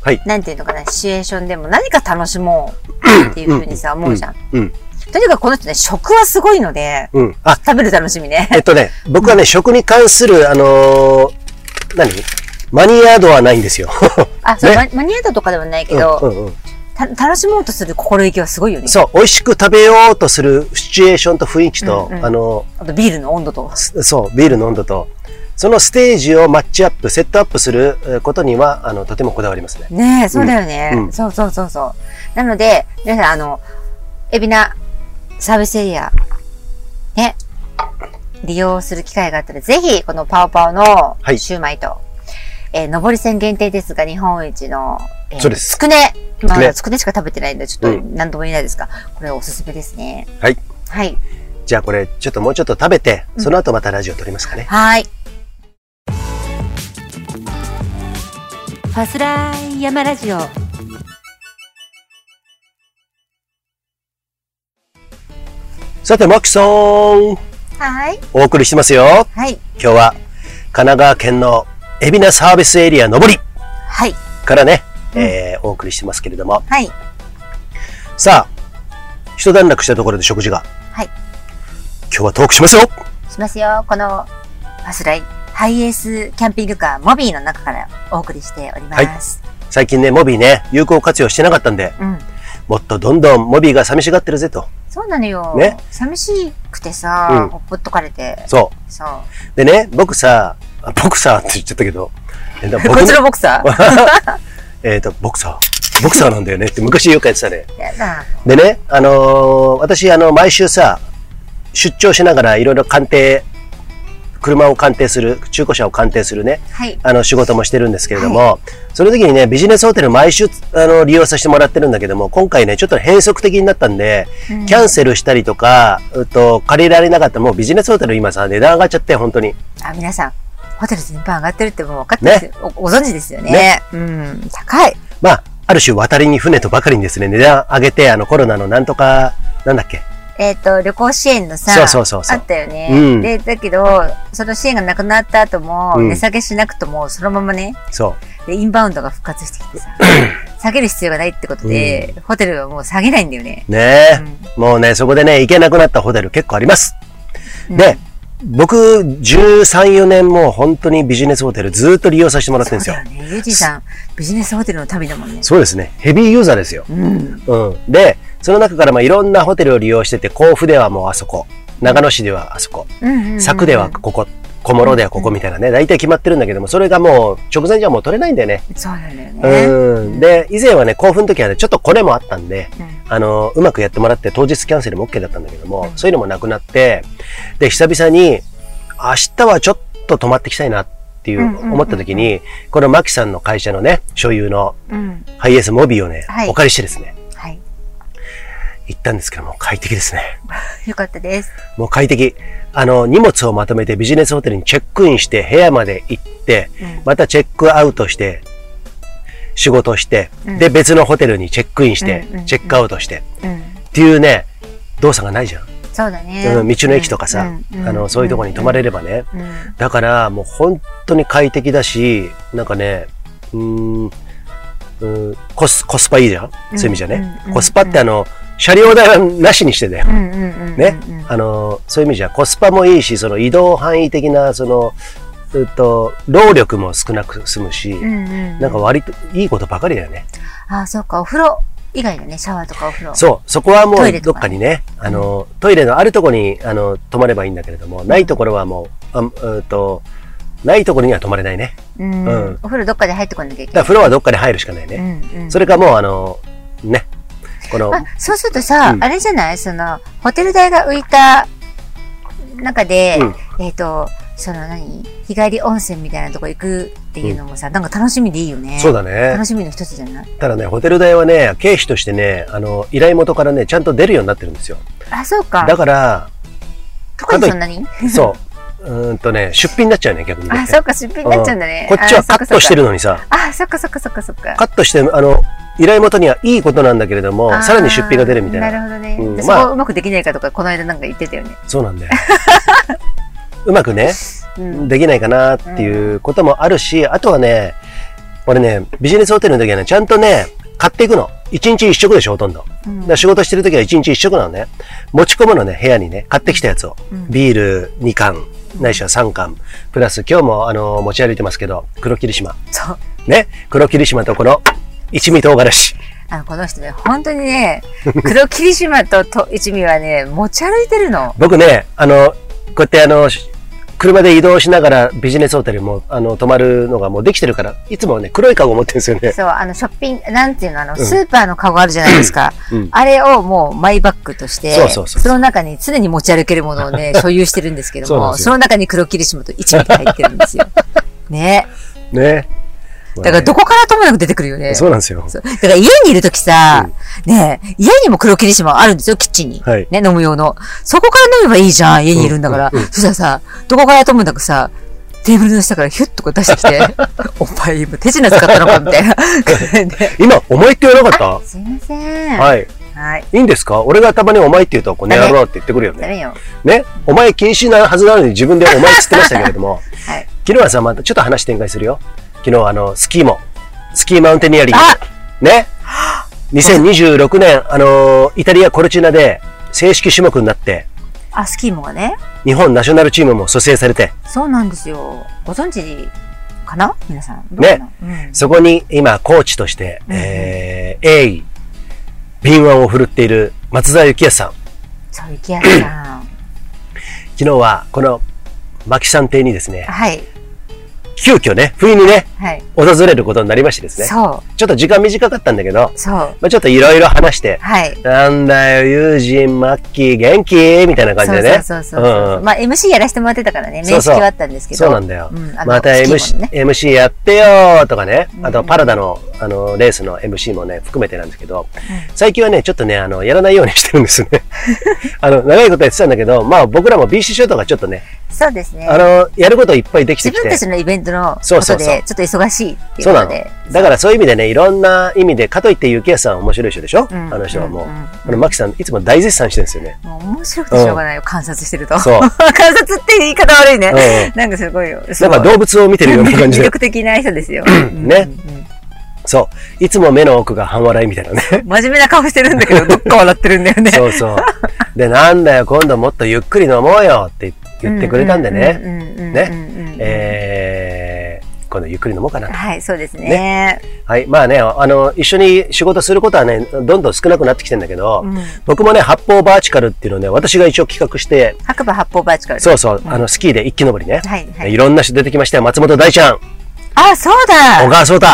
[SPEAKER 1] はい
[SPEAKER 2] なんていうのかな、シチュエーションでも何か楽しもうっていうふうにさ、思うじゃん。
[SPEAKER 1] うん
[SPEAKER 2] とにかくこの人ね、食はすごいので、
[SPEAKER 1] うん。あ、
[SPEAKER 2] 食べる楽しみね。
[SPEAKER 1] えっとね、僕はね、食に関する、あのー何マニア度はないんですよ。
[SPEAKER 2] あ、そう、
[SPEAKER 1] ね
[SPEAKER 2] ママニアだとかでは ないけど、
[SPEAKER 1] うんうんうん
[SPEAKER 2] た楽しもうとする心意気はすごいよね。
[SPEAKER 1] そう、美味しく食べようとするシチュエーションと雰囲気と、
[SPEAKER 2] うんうん
[SPEAKER 1] あの
[SPEAKER 2] あとビールの温度と。
[SPEAKER 1] すそう、ビールの温度と、そのステージをマッチアップ、セットアップするえーことには、あの、とてもこだわりますね。
[SPEAKER 2] ねえ、そうだよね。
[SPEAKER 1] うん
[SPEAKER 2] そうそうそうそう。なので、皆さん、あの、エビナサービスエリア、ね、利用する機会があったら、ぜひ、このパオパオの
[SPEAKER 1] はい
[SPEAKER 2] シューマイと、えー上り線限定ですが、日本一の、えー
[SPEAKER 1] そうです
[SPEAKER 2] つくね。ま
[SPEAKER 1] つく
[SPEAKER 2] あ、
[SPEAKER 1] ね
[SPEAKER 2] つくねしか食べてないんで、ちょっと
[SPEAKER 1] う
[SPEAKER 2] 何とも言えないですが、これおすすめですね。
[SPEAKER 1] はい。
[SPEAKER 2] はい。
[SPEAKER 1] じゃあこれ、ちょっともうちょっと食べて、その後またラジオ撮りますかね。
[SPEAKER 2] はい。ファスライヤマラジオ。
[SPEAKER 1] さて、マキさん、お
[SPEAKER 2] はい。
[SPEAKER 1] 送りしてますよ。
[SPEAKER 2] はい。
[SPEAKER 1] 今日は、神奈川県の海老名サービスエリア上り
[SPEAKER 2] はい。
[SPEAKER 1] からね、えーお送りしてますけれども。
[SPEAKER 2] はい。
[SPEAKER 1] さあ、一段落したところで食事が。
[SPEAKER 2] はい。
[SPEAKER 1] 今日はトークしますよ
[SPEAKER 2] しますよ。このファスライハイエースキャンピングカーモビーの中からお送りしております。
[SPEAKER 1] 最近ね、モビーね、有効活用してなかったんで、
[SPEAKER 2] うん。
[SPEAKER 1] もっとどんどんモビーが寂しがってるぜと。
[SPEAKER 2] そうなのよ。
[SPEAKER 1] ね
[SPEAKER 2] 寂しくてさ、ほっぽっとかれて。
[SPEAKER 1] そ
[SPEAKER 2] そう。
[SPEAKER 1] う。でね、僕さ、あ僕さって言っちゃったけど、えっと、僕
[SPEAKER 2] こっちのボク サー。
[SPEAKER 1] えっと、ボクサー。ボクサーなんだよねって昔よくやってたね。
[SPEAKER 2] やだ。
[SPEAKER 1] でね、あのー私、あの、毎週さ、出張しながらいろいろ鑑定、車を鑑定する、中古車を鑑定するね、
[SPEAKER 2] はい。
[SPEAKER 1] あの、仕事もしてるんですけれども、その時にね、ビジネスホテル毎週、あの、利用させてもらってるんだけども、今回ね、ちょっと変則的になったんで、
[SPEAKER 2] うん
[SPEAKER 1] キャンセルしたりとか、うっと、借りられなかった、もうビジネスホテル今さ、値段上がっちゃって、本当に。
[SPEAKER 2] あ、皆さん、ホテル全般上がってるってもう分かってますよ、おご存知ですよね。
[SPEAKER 1] ね
[SPEAKER 2] うん。高い。
[SPEAKER 1] まあ、ある種渡りに船とばかりにですね、値段上げて、あの、コロナのなんとか、なんだっけ。
[SPEAKER 2] えっ、と、旅行支援のさ、
[SPEAKER 1] そうそうそうそう
[SPEAKER 2] あったよね、
[SPEAKER 1] うん
[SPEAKER 2] で、だけど、その支援がなくなった後も、
[SPEAKER 1] うん
[SPEAKER 2] 値下げしなくとも、そのままね、
[SPEAKER 1] そう。
[SPEAKER 2] で、インバウンドが復活してきてさ、 下げる必要がないってことで、ホテルはもう下げないんだよね。
[SPEAKER 1] ねえ、もうね、そこでね、行けなくなったホテル結構あります。
[SPEAKER 2] うん
[SPEAKER 1] で、僕、13、4年もう本当にビジネスホテルずっと利用させてもらって
[SPEAKER 2] そ
[SPEAKER 1] る
[SPEAKER 2] うん
[SPEAKER 1] ですよ
[SPEAKER 2] だよ。ね。ユージさん、ビジネスホテルの旅だもんね。
[SPEAKER 1] そうですね。ヘビーユーザーですよ。
[SPEAKER 2] うん。
[SPEAKER 1] うん。で、その中からまあいろんなホテルを利用してて、甲府ではもうあそこ、長野市ではあそこ、
[SPEAKER 2] うんうんうん
[SPEAKER 1] 佐久ではここ、小諸ではここみたいなね、大体決まってるんだけども、それがもう直前じゃもう取れないんだよね。
[SPEAKER 2] そうなんだよね。
[SPEAKER 1] うん。で、以前はね、甲府の時はね、ちょっとこれもあったんで、
[SPEAKER 2] うん
[SPEAKER 1] あの、うまくやってもらって当日キャンセルも OK だったんだけども、そういうのもなくなって、で、久々に、明日はちょっと泊まってきたいなっていう
[SPEAKER 2] うんうんうんうん
[SPEAKER 1] 思った時に、このマキさんの会社のね、所有の
[SPEAKER 2] うん。
[SPEAKER 1] ハイエースモビーをね、
[SPEAKER 2] はい
[SPEAKER 1] お借りしてですね、
[SPEAKER 2] はい。
[SPEAKER 1] 行ったんですけども、快適ですね。
[SPEAKER 2] よかったです。
[SPEAKER 1] もう快適。あの、荷物をまとめてビジネスホテルにチェックインして、部屋まで行って、
[SPEAKER 2] うん
[SPEAKER 1] またチェックアウトして、仕事して、
[SPEAKER 2] うん
[SPEAKER 1] で、別のホテルにチェックインして
[SPEAKER 2] うんうんうん、
[SPEAKER 1] チェックアウトして、
[SPEAKER 2] うん。
[SPEAKER 1] っていうね、動作がないじゃん。
[SPEAKER 2] そうだね。
[SPEAKER 1] うん、道の駅とかさ、
[SPEAKER 2] うんうん
[SPEAKER 1] あの、そういうところに泊まれればね。
[SPEAKER 2] うんうん
[SPEAKER 1] だから、もう本当に快適だし、なんかね、うーん、うんコス、コスパいいじゃんそういう意味じゃね。
[SPEAKER 2] うん
[SPEAKER 1] コスパってあの、車両代はなしにしてだよ。
[SPEAKER 2] うんうんうんうんうん。
[SPEAKER 1] ね、あの、そういう意味じゃコスパもいいし、その移動範囲的な、その、えっと、労力も少なく済むし、
[SPEAKER 2] うんうん。
[SPEAKER 1] なんか割といいことばかりだよね。
[SPEAKER 2] あ、そうか、お風呂以外だね、シャワーとかお風呂。
[SPEAKER 1] そう、そこはも
[SPEAKER 2] トイレ
[SPEAKER 1] う
[SPEAKER 2] と
[SPEAKER 1] どっ
[SPEAKER 2] か
[SPEAKER 1] か
[SPEAKER 2] ね
[SPEAKER 1] にね、あの、トイレのあるとこに、あの、泊まればいいんだけれども、ないところはもう、あうーんと、ないところには泊まれないね。
[SPEAKER 2] う
[SPEAKER 1] うん
[SPEAKER 2] ん。お風呂どっかで入ってこなきゃい
[SPEAKER 1] だ
[SPEAKER 2] け
[SPEAKER 1] から
[SPEAKER 2] ない。
[SPEAKER 1] 風呂はどっかに入るしかないね。
[SPEAKER 2] うんうん
[SPEAKER 1] それかもう、あの、ね、この、
[SPEAKER 2] あ、そうするとさ、
[SPEAKER 1] うん
[SPEAKER 2] あれじゃないその、ホテル代が浮いた中で、
[SPEAKER 1] うん
[SPEAKER 2] えっ、と、その何日帰り温泉みたいなとこ行くっていうのもさ、なんか楽しみでいいよね。
[SPEAKER 1] そうだね
[SPEAKER 2] 楽。しみの一つじゃない
[SPEAKER 1] ただね、ホテル代はね、経費としてね、あの、依頼元からね、ちゃんと出るようになってるんですよ。
[SPEAKER 2] あ、そうか。
[SPEAKER 1] だ から、
[SPEAKER 2] 特にそんなに
[SPEAKER 1] そう。うーんとね、出費になっちゃうね、逆にね。
[SPEAKER 2] あ、そうか、出費になっちゃうんだね。
[SPEAKER 1] こっちはカットして
[SPEAKER 2] る。
[SPEAKER 1] るのにさ、
[SPEAKER 2] あ、そっかそっかそっかそっか。
[SPEAKER 1] カットして、あの、依頼元にはいいことなんだけれども、さらに出費が出るみたいな。
[SPEAKER 2] なるほどね。
[SPEAKER 1] うん
[SPEAKER 2] で
[SPEAKER 1] まあ
[SPEAKER 2] そこうまくできないかとか、この間なんか言ってたよね。
[SPEAKER 1] そうなんだよ。 うまくね、
[SPEAKER 2] うん。
[SPEAKER 1] できないかなっていうこともあるし、あとはね、俺ね、ビジネスホテルの時はね、ちゃんとね、買っていくの。一日一食でしょ、ほとんど。だか
[SPEAKER 2] うん
[SPEAKER 1] ら仕事してる時は一日一食なのね。持ち込むのね、部屋にね、買ってきたやつを。
[SPEAKER 2] うん
[SPEAKER 1] ビール2缶、ないしは3缶。プラス、今日もあの、持ち歩いてますけど、黒霧島。
[SPEAKER 2] そう。
[SPEAKER 1] ね、黒霧島とこの、一味唐辛子。
[SPEAKER 2] あの、この人ね、本当に ね、黒霧島とと一味はね、持ち歩いてるの。
[SPEAKER 1] 僕ね、あの、こうやってあの、し車で移動しながらビジネスホテルも、あの、泊まるのがもうできてるから、いつもね、黒いカゴ持ってるんですよね。
[SPEAKER 2] そう、あの、ショッピング、なんていうの、あの、
[SPEAKER 1] うん
[SPEAKER 2] スーパーのカゴあるじゃないですか。
[SPEAKER 1] うん
[SPEAKER 2] あれをもうマイバッグとして、
[SPEAKER 1] そうそうそう
[SPEAKER 2] の中に常に持ち歩けるもの をね、所有してるんですけど
[SPEAKER 1] そうなん
[SPEAKER 2] も、
[SPEAKER 1] です
[SPEAKER 2] そ
[SPEAKER 1] よ
[SPEAKER 2] の中に黒霧島と一味が入ってる んですよ。ね。
[SPEAKER 1] ね。
[SPEAKER 2] だからどこからともなく出てくるよね。
[SPEAKER 1] そうなんですよ。
[SPEAKER 2] そうだから家にいるときさ、ねえ家にも黒霧島あるんですよ、キッチンに。
[SPEAKER 1] はい
[SPEAKER 2] ね、飲む用の。そこから飲めばいいじゃん、家にいるんだから。そしたらさ、どこからともなくさ、テーブルの下からヒュッとこう出して きて、お前今手品使ったのかみたいな。
[SPEAKER 1] 今、お前って言わなかっ
[SPEAKER 2] すいません。
[SPEAKER 1] たはい。
[SPEAKER 2] はい。
[SPEAKER 1] いいんですか俺がたまにお前って言うと、こう、ね
[SPEAKER 2] ダメ
[SPEAKER 1] やろうって言ってくるよ
[SPEAKER 2] ダ
[SPEAKER 1] ね。
[SPEAKER 2] メよ。
[SPEAKER 1] ね。お前禁止なはずなのに自分でお前っつってましたけれども、
[SPEAKER 2] はい。
[SPEAKER 1] 昨日はさ、またちょっと話展開するよ。昨日、あの、スキーも、スキーマウンテニアリング
[SPEAKER 2] あ。
[SPEAKER 1] ね。2026年、あのイタリア・コルチナで正式種目になって、
[SPEAKER 2] あ、スキーモがね。
[SPEAKER 1] 日本ナショナルチームも蘇生されて、
[SPEAKER 2] そうなんですよ。ご存知かな皆さん。どうかな。うん。
[SPEAKER 1] そこに今、コーチとして、
[SPEAKER 2] うん
[SPEAKER 1] えー、鋭意、敏腕を振るっている松沢幸康さん。
[SPEAKER 2] そう、池谷さ ん。
[SPEAKER 1] 昨日は、この、牧さん邸にですね、
[SPEAKER 2] はい。
[SPEAKER 1] 急遽ね、不意にね、
[SPEAKER 2] はい。
[SPEAKER 1] 訪れることになりましてですね、
[SPEAKER 2] そ
[SPEAKER 1] ちょっと時間短かったんだけど、
[SPEAKER 2] う。そう。
[SPEAKER 1] まあ、ちょっといろいろ話して、
[SPEAKER 2] はい。
[SPEAKER 1] なんだよ、友人、マッキー、元気みたいな感じでね。
[SPEAKER 2] そうそうそうそう
[SPEAKER 1] うん
[SPEAKER 2] まあ MC やらせてもらってたからね、
[SPEAKER 1] そ
[SPEAKER 2] 面
[SPEAKER 1] うそう
[SPEAKER 2] 識はあったんですけど。
[SPEAKER 1] そうなんだよ。
[SPEAKER 2] うんあの
[SPEAKER 1] また
[SPEAKER 2] スキー
[SPEAKER 1] MC,、
[SPEAKER 2] もね
[SPEAKER 1] MC やってよーとかね
[SPEAKER 2] う、ん
[SPEAKER 1] あとパラダのあのレースの MC もね、含めてなんですけど、最近はね、ちょっとね、あの、やらないようにしてるんですね。 あの、長いことやってたんだけど、まあ僕らも BC ショートがちょっとね、
[SPEAKER 2] そうですね。
[SPEAKER 1] あの、やることいっぱいできて
[SPEAKER 2] 自
[SPEAKER 1] き
[SPEAKER 2] 分
[SPEAKER 1] て
[SPEAKER 2] た、ちのイベントのこ
[SPEAKER 1] そうそ
[SPEAKER 2] と
[SPEAKER 1] うそう
[SPEAKER 2] で、ちょっと忙しいっていう
[SPEAKER 1] そう
[SPEAKER 2] こ
[SPEAKER 1] な
[SPEAKER 2] と
[SPEAKER 1] の
[SPEAKER 2] で。。
[SPEAKER 1] だからそういう意味でね、いろんな意味で、かといってゆきやさんは面白い人でしょ、
[SPEAKER 2] うん
[SPEAKER 1] あの人はもう。
[SPEAKER 2] うんうんうん
[SPEAKER 1] あの、マキさん、いつも大絶賛してるんですよね。
[SPEAKER 2] もう面白くてしょうがないよ、観察してると。
[SPEAKER 1] そう
[SPEAKER 2] 観察って言い方悪いね。
[SPEAKER 1] う
[SPEAKER 2] なんかすごいよ。
[SPEAKER 1] なんか動物を見てるような感じ
[SPEAKER 2] 魅
[SPEAKER 1] で。
[SPEAKER 2] 力的な人ですよ。
[SPEAKER 1] ねそう。いつも目の奥が半笑いみたいなね。
[SPEAKER 2] うん真面目な顔してるんだけど、 どっか笑ってるんだよね。
[SPEAKER 1] そうそう。で、なんだよ、今度もっとゆっくり飲もうよって言ってくれたんでね。
[SPEAKER 2] ね
[SPEAKER 1] ね。えー、今度ゆっくり飲もうかなと。
[SPEAKER 2] はい、そうですね。
[SPEAKER 1] はい。まあね、あの、一緒に仕事することはね、どんどん少なくなってきてんだけど、
[SPEAKER 2] うん
[SPEAKER 1] 僕もね、八方バーチカルっていうのをね、私が一応企画して、
[SPEAKER 2] 白馬八方バーチカル。
[SPEAKER 1] そうそう、あの、スキーで一気登りね。
[SPEAKER 2] はいはい
[SPEAKER 1] いろんな人出てきましたよ。松本大ちゃん、
[SPEAKER 2] あ、そう
[SPEAKER 1] 小
[SPEAKER 2] だ
[SPEAKER 1] 川壮太、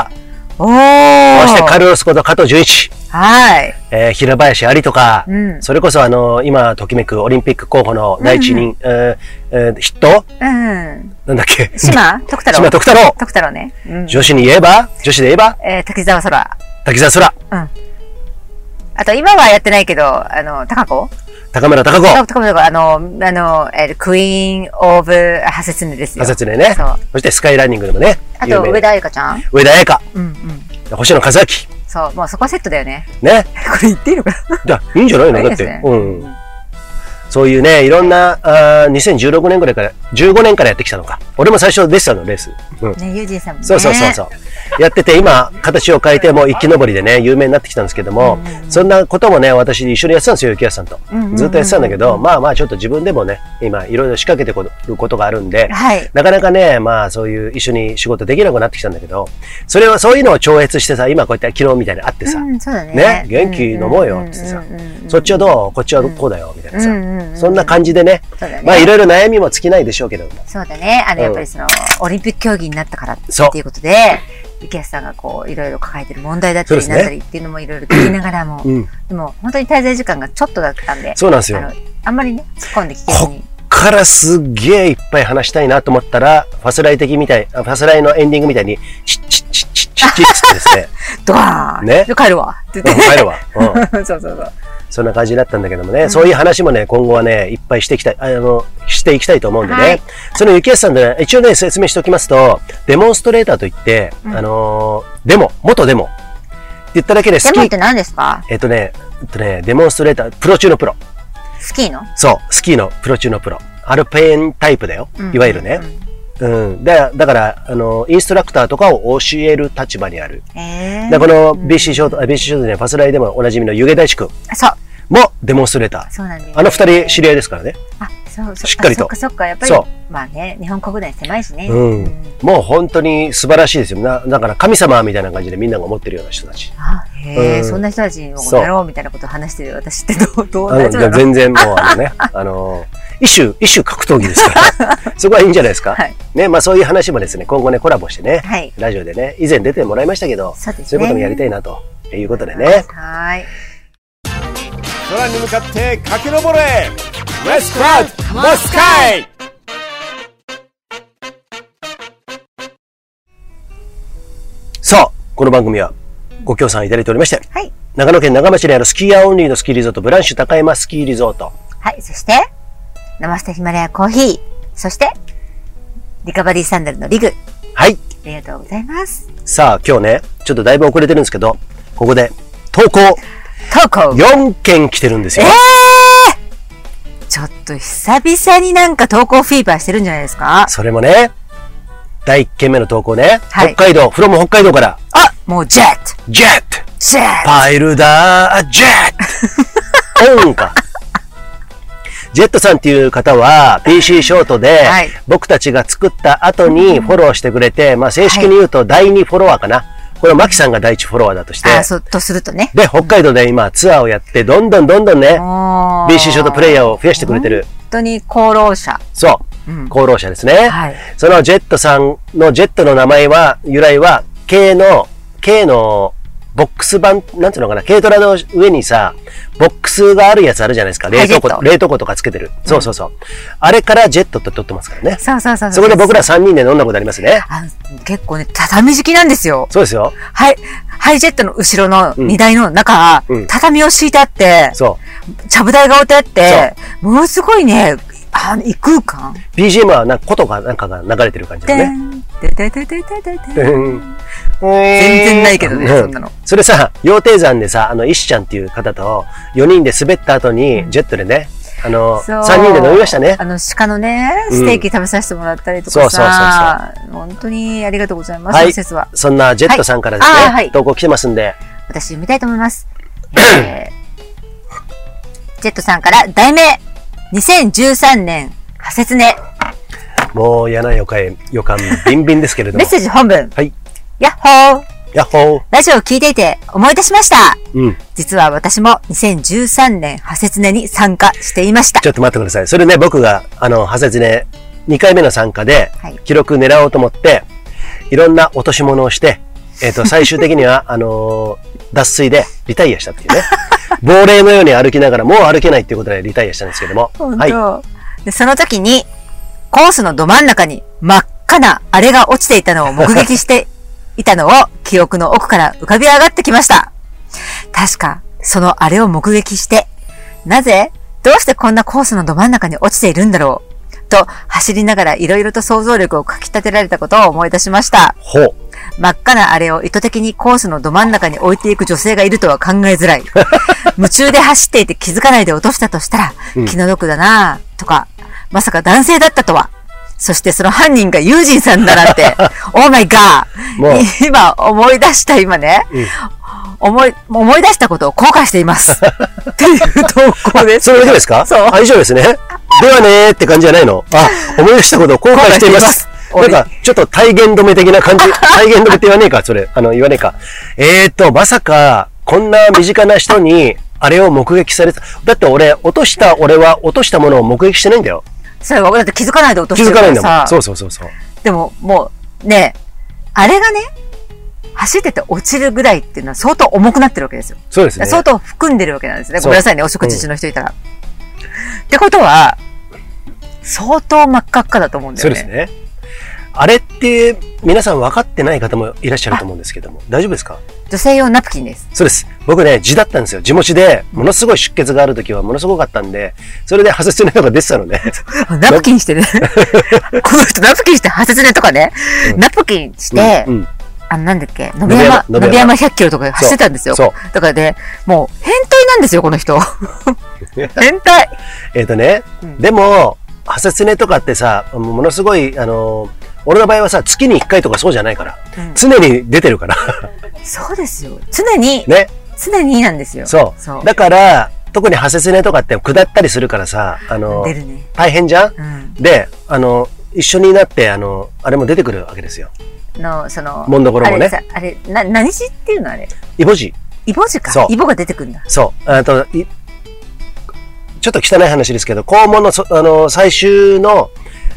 [SPEAKER 2] おー
[SPEAKER 1] そしてカルロスこと加藤純一、
[SPEAKER 2] はい。
[SPEAKER 1] えー平林有とか、
[SPEAKER 2] うん
[SPEAKER 1] それこそあの、今、ときめくオリンピック候補の第一人、えーえー筆頭
[SPEAKER 2] うん。
[SPEAKER 1] なんだっけ
[SPEAKER 2] 島徳太郎。
[SPEAKER 1] 島徳太郎
[SPEAKER 2] 徳太郎ね。うん。
[SPEAKER 1] 女子に言えば女子で言えば
[SPEAKER 2] えー、滝沢空。
[SPEAKER 1] 滝沢空、
[SPEAKER 2] あと、今はやってないけど、あの、高子
[SPEAKER 1] 高村貴子、
[SPEAKER 2] 高子高子、あの、あの、えークイーン・オブ・ハセツネですよ。
[SPEAKER 1] 仮説でね
[SPEAKER 2] そう。
[SPEAKER 1] そしてスカイランニングでもね、
[SPEAKER 2] あ
[SPEAKER 1] 有
[SPEAKER 2] と、
[SPEAKER 1] 名で
[SPEAKER 2] 上田彩香ちゃん
[SPEAKER 1] 上田彩香、
[SPEAKER 2] うんうん。
[SPEAKER 1] 星野和明。
[SPEAKER 2] そう、もうそこセットだよね。
[SPEAKER 1] ね。
[SPEAKER 2] これ言っていいのかな
[SPEAKER 1] じゃあいいんじゃないのだっ
[SPEAKER 2] いいで
[SPEAKER 1] て
[SPEAKER 2] すね。
[SPEAKER 1] うん。そういうね、いろんな、あー2016年ぐらいから、15年からやってきたのか。俺も最初出てたの、レース。うん。
[SPEAKER 2] ね、ユージンさんもね。
[SPEAKER 1] そうそうそうそう。やってて、今、形を変えて、もう一気登りでね、有名になってきたんですけども、そんなこともね、私一緒にやってたんですよ、雪安さんと
[SPEAKER 2] うんうんうんう。ん
[SPEAKER 1] ずっとやってたんだけど、まあまあ、ちょっと自分でもね、今、いろいろ仕掛けてくることがあるんで、
[SPEAKER 2] はい。
[SPEAKER 1] なかなかね、まあそういう一緒に仕事できなくなってきたんだけど、それはそういうのを超越してさ、今こうやって昨日みたいに会ってさ、
[SPEAKER 2] うん、そうだね。
[SPEAKER 1] ね元気飲もうよってさ
[SPEAKER 2] うんうんうんうん
[SPEAKER 1] そっちはどうこっちはこうだよ、みたいなさ、
[SPEAKER 2] うんうんうん
[SPEAKER 1] そんな感じでね、
[SPEAKER 2] そうだね。
[SPEAKER 1] まあいろいろ悩みも尽きないでしょうけども、
[SPEAKER 2] そうだね。あの、
[SPEAKER 1] うん
[SPEAKER 2] やっぱりその、オリンピック競技になったからっ
[SPEAKER 1] そう
[SPEAKER 2] ていうことで、池安さんがこう、いろいろ抱えてる問題だった
[SPEAKER 1] そうで
[SPEAKER 2] り
[SPEAKER 1] すね
[SPEAKER 2] なんだりっていうのもいろいろ聞きながらも、
[SPEAKER 1] うん、
[SPEAKER 2] でも本当に滞在時間がちょっとだったんで、
[SPEAKER 1] そうなんです
[SPEAKER 2] あ
[SPEAKER 1] よ
[SPEAKER 2] の。、あんまりね、突っ込んで聞けずに。
[SPEAKER 1] からすっげえいっぱい話したいなと思ったら、ファスライ的みたい、あファスライのエンディングみたいに、チッチッチッチッチッチッつってですね、
[SPEAKER 2] ドワーン
[SPEAKER 1] ね
[SPEAKER 2] で帰るわって
[SPEAKER 1] う
[SPEAKER 2] 言
[SPEAKER 1] ん
[SPEAKER 2] って。
[SPEAKER 1] 帰るわ。うん。
[SPEAKER 2] そうそうそう。
[SPEAKER 1] そんな感じだったんだけどもね、そういう話もね、今後はね、いっぱいしていきたい、あの、していきたいと思うんでね。
[SPEAKER 2] はい
[SPEAKER 1] その雪安さんで、ね、一応ね、説明しておきますと、デモンストレーターといって、
[SPEAKER 2] うん
[SPEAKER 1] あのー、デモ、元デモ。言っただけでス
[SPEAKER 2] デ
[SPEAKER 1] キ
[SPEAKER 2] モっ
[SPEAKER 1] ー
[SPEAKER 2] て、何ですか
[SPEAKER 1] えっとね、えっとね、デモンストレーター、プロ中のプロ。
[SPEAKER 2] スキーの
[SPEAKER 1] そう、スキーのプロ中のプロ。アルペンタイプだよ。いわゆるね。うん。だだから、あの、インストラクターとかを教える立場にある。
[SPEAKER 2] うん。え
[SPEAKER 1] で、
[SPEAKER 2] ー
[SPEAKER 1] この BC ショート、あ BC ショートね、パスライでもおなじみの湯気大志くん
[SPEAKER 2] そう、
[SPEAKER 1] もデモンストレーター。
[SPEAKER 2] そうなんです。
[SPEAKER 1] あの二人知り合いですからね。
[SPEAKER 2] あ、そうそう。
[SPEAKER 1] しっかりと
[SPEAKER 2] あそっかそっか、やっぱり
[SPEAKER 1] そ、
[SPEAKER 2] まあね、日本国内狭いしね。
[SPEAKER 1] うんもう本当に素晴らしいですよ。なだから神様みたいな感じでみんなが思ってるような人たち。
[SPEAKER 2] あ、へ
[SPEAKER 1] う
[SPEAKER 2] え、
[SPEAKER 1] ん
[SPEAKER 2] そんな人たちにも
[SPEAKER 1] そう
[SPEAKER 2] やろうみたいなことを話してる私ってどう、どう
[SPEAKER 1] あの
[SPEAKER 2] 大丈夫なの
[SPEAKER 1] 全然もうあのね、あの、一種、一種格闘技ですから、そこはいいんじゃないですか。
[SPEAKER 2] はい
[SPEAKER 1] ね、まあそういう話もですね、今後ね、コラボしてね、
[SPEAKER 2] はい。
[SPEAKER 1] ラジオでね、以前出てもらいましたけど、
[SPEAKER 2] そうですね。
[SPEAKER 1] そういうこともやりた
[SPEAKER 2] い
[SPEAKER 1] いなということでね。
[SPEAKER 2] はい。
[SPEAKER 3] 空に向かって駆け上れレスクラウドマスカイ
[SPEAKER 1] そうこの番組はご協賛いただいておりまして、
[SPEAKER 2] はい
[SPEAKER 1] 長野県長町にあるスキーヤーオンリーのスキーリゾート、ブランシュ高山スキーリゾート、
[SPEAKER 2] はい、そして、ナマステヒマラヤコーヒー、そして、リカバリーサンダルのリグ、あ
[SPEAKER 1] はい。
[SPEAKER 2] りがとうございます。
[SPEAKER 1] さあ、今日ね、ちょっとだいぶ遅れてるんですけど、ここで、投稿
[SPEAKER 2] 投稿
[SPEAKER 1] 4件来てるんです
[SPEAKER 2] え
[SPEAKER 1] よ。
[SPEAKER 2] ーちょっと久々になんか投稿フィーバーしてるんじゃないですか
[SPEAKER 1] それもね、第1件目の投稿ね、
[SPEAKER 2] はい
[SPEAKER 1] 北海道、フロム北海道から、
[SPEAKER 2] あもうジェット
[SPEAKER 1] ジェット
[SPEAKER 2] ジェット
[SPEAKER 1] パイルダー、ジェッ トオンか。ジェットさんっていう方は、PC ショートで
[SPEAKER 2] はい、
[SPEAKER 1] 僕たちが作った後にフォローしてくれて、まあ正式に言うと第2フォロワーかな。これ、マキさんが第1フォロワーだとして、
[SPEAKER 2] あ、そうとするとね。
[SPEAKER 1] で、北海道で今ツアーをやって、どんどんどんどんね、
[SPEAKER 2] もう
[SPEAKER 1] BC ショートプレイヤーを増やしてくれてる。
[SPEAKER 2] 本当に功労者。
[SPEAKER 1] そう、
[SPEAKER 2] うん
[SPEAKER 1] 功労者ですね。
[SPEAKER 2] はい
[SPEAKER 1] そのジェットさんのジェットの名前は、由来は、K の、K のボックス版、なんていうのかな、軽トラの上にさ、ボックスがあるやつあるじゃないですか。冷凍庫
[SPEAKER 2] ジェッ、ト
[SPEAKER 1] 冷凍庫とかつけてる。そうそうそう。あれからジェットって取ってますからね。
[SPEAKER 2] そうそうそう
[SPEAKER 1] そこで僕ら3人で飲んだことありますね。
[SPEAKER 2] あの結構ね、畳敷きなんですよ。
[SPEAKER 1] そうですよ。
[SPEAKER 2] はい、ハイジェットの後ろの
[SPEAKER 1] ん
[SPEAKER 2] 荷台の中、
[SPEAKER 1] うん
[SPEAKER 2] 畳を敷いてあって、
[SPEAKER 1] そ
[SPEAKER 2] ちゃぶ台が置いてあって、ものすごいね、あの異空間。
[SPEAKER 1] う。BGM はなんか、ことが、なんかが流れてる感じです
[SPEAKER 2] で
[SPEAKER 1] ね。
[SPEAKER 2] ん、ででででででで
[SPEAKER 1] うん
[SPEAKER 2] 全然ないけどね、
[SPEAKER 1] うん
[SPEAKER 2] そんなの。
[SPEAKER 1] それさ、羊蹄山でさ、あの、石ちゃんっていう方と、4人で滑った後に、ジェットでね、あの、
[SPEAKER 2] そう
[SPEAKER 1] 3人で飲みましたね。
[SPEAKER 2] あの、鹿のね、
[SPEAKER 1] うん
[SPEAKER 2] ステーキ食べさせてもらったりとかさ、本当にありがとうございます、
[SPEAKER 1] はい
[SPEAKER 2] その説は。
[SPEAKER 1] そんなジェットさんからですね、
[SPEAKER 2] はいあーはい
[SPEAKER 1] 投稿来てますんで、
[SPEAKER 2] 私読みたいと思います。えージェットさんから、題名、2013年、破説ね、
[SPEAKER 1] もう嫌な予感、予 感ビンビンですけれど
[SPEAKER 2] メ
[SPEAKER 1] も
[SPEAKER 2] ッ。セージ本文。
[SPEAKER 1] はい。
[SPEAKER 2] やっほー
[SPEAKER 1] ヤッホー。
[SPEAKER 2] ラジオを聞いていて思い出しました
[SPEAKER 1] うん。
[SPEAKER 2] 実は私も2013年、破説ねに参加していました
[SPEAKER 1] ち。ょっと待ってください。それね、僕が、あの、ハセツね、2回目の参加で
[SPEAKER 2] はい、
[SPEAKER 1] 記録狙おうと思って、いろんな落とし物をして、えっ、 と、最終的には、あのー脱水でリタイアしたっていうね。 亡霊のように歩きながら、もう歩けないっていうことでリタイアしたんですけども。
[SPEAKER 2] 本
[SPEAKER 1] はい。
[SPEAKER 2] 当、でその時に、コースのど真ん中に真っ赤なあれが落ちていたのを目撃して いたのを記憶の奥から浮かび上がってきました。確か、そのあれを目撃して、なぜ、どうしてこんなコースのど真ん中に落ちているんだろうと走りながら色々と想像力をかき立てられたことを思い出しました。
[SPEAKER 1] ほう。
[SPEAKER 2] 真っ赤なあれを意図的にコースのど真ん中に置いていく女性がいるとは考えづらい。 夢中で走っていて気づかないで落としたとしたら、気の毒だなぁ、とか、まさか男性だったとは。そしてその犯人が友人さんだな んて、オーマイガ
[SPEAKER 1] もう
[SPEAKER 2] ー今思い出した今ね、思い、思い出したことを後悔して います。っていう投稿です。
[SPEAKER 1] それ以上ですか
[SPEAKER 2] そう
[SPEAKER 1] あ以上ですね。ではねーって感じじゃないのあ、思い出したことを後悔しています。な
[SPEAKER 2] 後悔して
[SPEAKER 1] ん
[SPEAKER 2] います
[SPEAKER 1] か、ちょっと体言止め的な感 じ。体言止めって言わねえか、それ。あの、言わねえか。えーと、まさか、こんな身近な人に、あれを目撃された。だって俺、落とした俺は落としたものを目撃してないんだよ。
[SPEAKER 2] それはだって気づかないで落と
[SPEAKER 1] 気
[SPEAKER 2] して
[SPEAKER 1] づ
[SPEAKER 2] る
[SPEAKER 1] かな
[SPEAKER 2] か
[SPEAKER 1] いん
[SPEAKER 2] ら
[SPEAKER 1] だも
[SPEAKER 2] さ
[SPEAKER 1] ん。。そうそうそうそう。
[SPEAKER 2] でも、もう、ねえ、あれがね、走ってて落ちるぐらいっていうのは相当重くなってるわけですよ。
[SPEAKER 1] そうですね。
[SPEAKER 2] 相当含んでるわけなんですね。
[SPEAKER 1] そう
[SPEAKER 2] ごめんなさいね、お食事中の人いたら。ってことは、相当真っ赤っかだと思うんだ
[SPEAKER 1] そ
[SPEAKER 2] よ
[SPEAKER 1] う
[SPEAKER 2] ね。
[SPEAKER 1] ですね。あれって、皆さん分かってない方もいらっしゃると思うんですけども、大丈夫ですか
[SPEAKER 2] 女性用ナプキ ンです。
[SPEAKER 1] そうです。僕ね、痔だったんですよ。痔持ちで、ものすごい出血がある時はものすごかったんで、それで破切ないのが出てた のね。
[SPEAKER 2] あナプキ ンしてね。この人ナプキンして、発熱ねとかね。ナプキンして、
[SPEAKER 1] うんうん
[SPEAKER 2] あの、なんだっけ、野
[SPEAKER 1] 辺
[SPEAKER 2] 辺
[SPEAKER 1] 山野
[SPEAKER 2] 山、野
[SPEAKER 1] 辺
[SPEAKER 2] 辺
[SPEAKER 1] 山
[SPEAKER 2] 山100キロとか走ってたんですよ。
[SPEAKER 1] そう
[SPEAKER 2] だからね、もう、変態なんですよ、こ の人。変態。
[SPEAKER 1] えっ、とね、
[SPEAKER 2] うん
[SPEAKER 1] でも、ハセツネとかってさ、ものすごい、あの、俺の場合はさ、月に1回とかそうじゃないから、
[SPEAKER 2] うん
[SPEAKER 1] 常に出てるから、
[SPEAKER 2] そうですよ。常に、
[SPEAKER 1] ね。
[SPEAKER 2] 常になんですよ。
[SPEAKER 1] そう。
[SPEAKER 2] そう。
[SPEAKER 1] だから、特にハセツネとかって下ったりするからさ、あの
[SPEAKER 2] 出、るね。
[SPEAKER 1] 大変じゃん
[SPEAKER 2] うん。
[SPEAKER 1] で、あの、一緒になって、あの、あれも出てくるわけですよ。
[SPEAKER 2] の、その、
[SPEAKER 1] もんどころもね
[SPEAKER 2] あれさ、あれ、な、何字っていうのあれ。
[SPEAKER 1] イボジ。
[SPEAKER 2] イボ字か。
[SPEAKER 1] そう
[SPEAKER 2] イボが出てくるんだ。
[SPEAKER 1] そう。あと、いちょっと汚い話ですけど、肛門のそ、あの、最終の、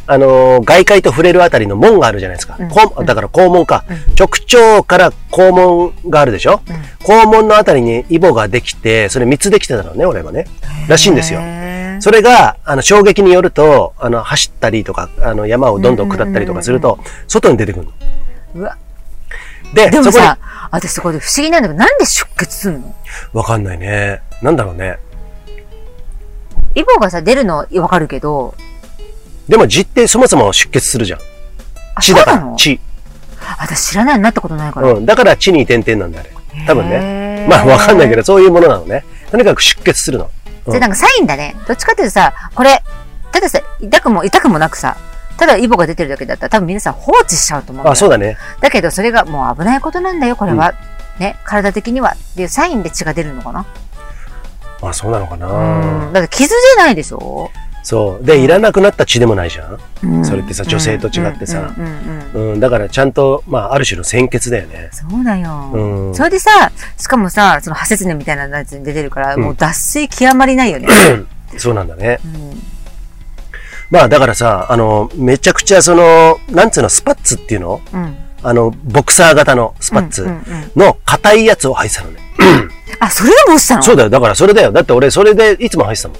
[SPEAKER 1] あの、外界と触れるあたりの門があるじゃないですか。
[SPEAKER 2] うん
[SPEAKER 1] 肛門だから肛門か。直腸から肛門があるでしょ、
[SPEAKER 2] うん
[SPEAKER 1] 肛門のあたりにイボができて、それ3つできてたのね、俺はね。らしいんですよ。
[SPEAKER 2] へー
[SPEAKER 1] それが、あの、衝撃によると、あの、走ったりとか、あの、山をどんどん下ったりとかすると、外に出てくるの。
[SPEAKER 2] うわ。
[SPEAKER 1] で、
[SPEAKER 2] で
[SPEAKER 1] そ
[SPEAKER 2] も
[SPEAKER 1] こに、
[SPEAKER 2] さ、私そこで不思議なんだけど、なんで出血すんの
[SPEAKER 1] わかんないね。なんだろうね。
[SPEAKER 2] イボがさ、出るのわかるけど、
[SPEAKER 1] でも、痔ってそもそも出血するじゃん。
[SPEAKER 2] あ、
[SPEAKER 1] 血
[SPEAKER 2] そう
[SPEAKER 1] だか
[SPEAKER 2] な
[SPEAKER 1] ら
[SPEAKER 2] の、
[SPEAKER 1] 血。
[SPEAKER 2] 私知らないなったことないから。
[SPEAKER 1] うん。だから、血に点々なんだ、あれ。多分ね。
[SPEAKER 2] ね
[SPEAKER 1] まあ、わかんないけど、そういうものなのね。とにかく出血するの。
[SPEAKER 2] それなんかサインだね。どっちかっていうとさ、これ、たださ、痛くも痛くもなくさ、ただイボが出てるだけだったら多分皆さん放置しちゃうと思うんだよ
[SPEAKER 1] あ、そうだね。
[SPEAKER 2] だけどそれがもう危ないことなんだよ、これは。ね、体的にはっていうサインで血が出るのかな。
[SPEAKER 1] あ、そうなのか
[SPEAKER 2] うん。
[SPEAKER 1] な。
[SPEAKER 2] だって傷じゃないでしょ
[SPEAKER 1] そう。で、いらなくなった血でもないじゃん。
[SPEAKER 2] うん
[SPEAKER 1] それってさ女性と違ってさ
[SPEAKER 2] うんうんうんうん
[SPEAKER 1] うん。だから、ちゃんと、まあ、ある種の鮮血だよ ね。
[SPEAKER 2] そうだよ。
[SPEAKER 1] うん
[SPEAKER 2] それでさ、しかもさ、その破切ねみたいなやつに出てるから、
[SPEAKER 1] うん
[SPEAKER 2] もう脱水極まりないよね。
[SPEAKER 1] そうなんだね。
[SPEAKER 2] うん
[SPEAKER 1] まあ、だからさ、あの、めちゃくちゃ、その、なんつうの、スパッツっていうの
[SPEAKER 2] うん。
[SPEAKER 1] あの、ボクサー型のスパッツ
[SPEAKER 2] うんうんうん
[SPEAKER 1] の硬いやつを履いてたのね。
[SPEAKER 2] あ、それでも落ちたの
[SPEAKER 1] そうだよ。だから、それだよ。だって、俺、それでいつも履いてたもん。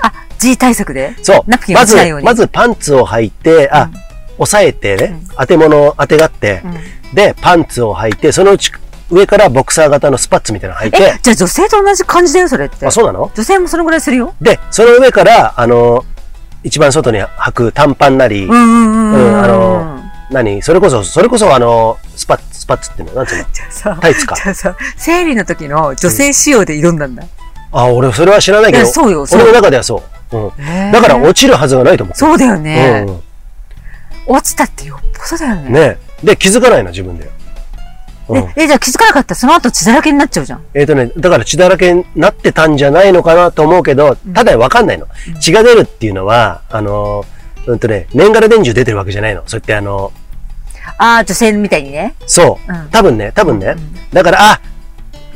[SPEAKER 2] あ、G 対策で
[SPEAKER 1] そう。
[SPEAKER 2] ナプキン
[SPEAKER 1] ま
[SPEAKER 2] 落
[SPEAKER 1] ず
[SPEAKER 2] ちないよう、に。
[SPEAKER 1] まずパンツを履いて、あ、押さえてね、当て物を当てがって、
[SPEAKER 2] うん
[SPEAKER 1] で、パンツを履いて、そのうち上からボクサー型のスパッツみたいなの履い
[SPEAKER 2] え
[SPEAKER 1] て、、
[SPEAKER 2] じゃあ女性と同じ感じだよ、それって。
[SPEAKER 1] あ、そうなの
[SPEAKER 2] 女性もそのぐらいするよ。
[SPEAKER 1] で、その上から、あの、一番外に履く短パンなり、
[SPEAKER 2] うんうんう
[SPEAKER 1] う
[SPEAKER 2] ん。
[SPEAKER 1] んあの何それこそ、それこそあの、スパッツ、スパッツっていうのなんつう の
[SPEAKER 2] じゃあさ、
[SPEAKER 1] タイツか
[SPEAKER 2] じゃあさ、生理の時の女性仕様で挑んだんだ。
[SPEAKER 1] あ、俺それは知らないけ
[SPEAKER 2] い
[SPEAKER 1] ど、
[SPEAKER 2] やそうよそう
[SPEAKER 1] 俺の中ではそう。うん。
[SPEAKER 2] へー
[SPEAKER 1] だから落ちるはずがないと思う。
[SPEAKER 2] そうだよね
[SPEAKER 1] う。ん
[SPEAKER 2] 落ちたってよっぽどだよ
[SPEAKER 1] うん。
[SPEAKER 2] ね。
[SPEAKER 1] ねで、気づかないの、自分で。うん、
[SPEAKER 2] え、えじゃあ気づかなかったらその後血だらけになっちゃうじゃん。
[SPEAKER 1] えっ、とね、だから血だらけになってたんじゃないのかなと思うけど、ただわかんないの。血が出るっていうのは、あのー、うんとね、年がら年中出てるわけじゃないの。そうやってあの
[SPEAKER 2] ああ、女性みたいにね。
[SPEAKER 1] ー、そう、
[SPEAKER 2] うん
[SPEAKER 1] 多分ね、多分ね。だから、あ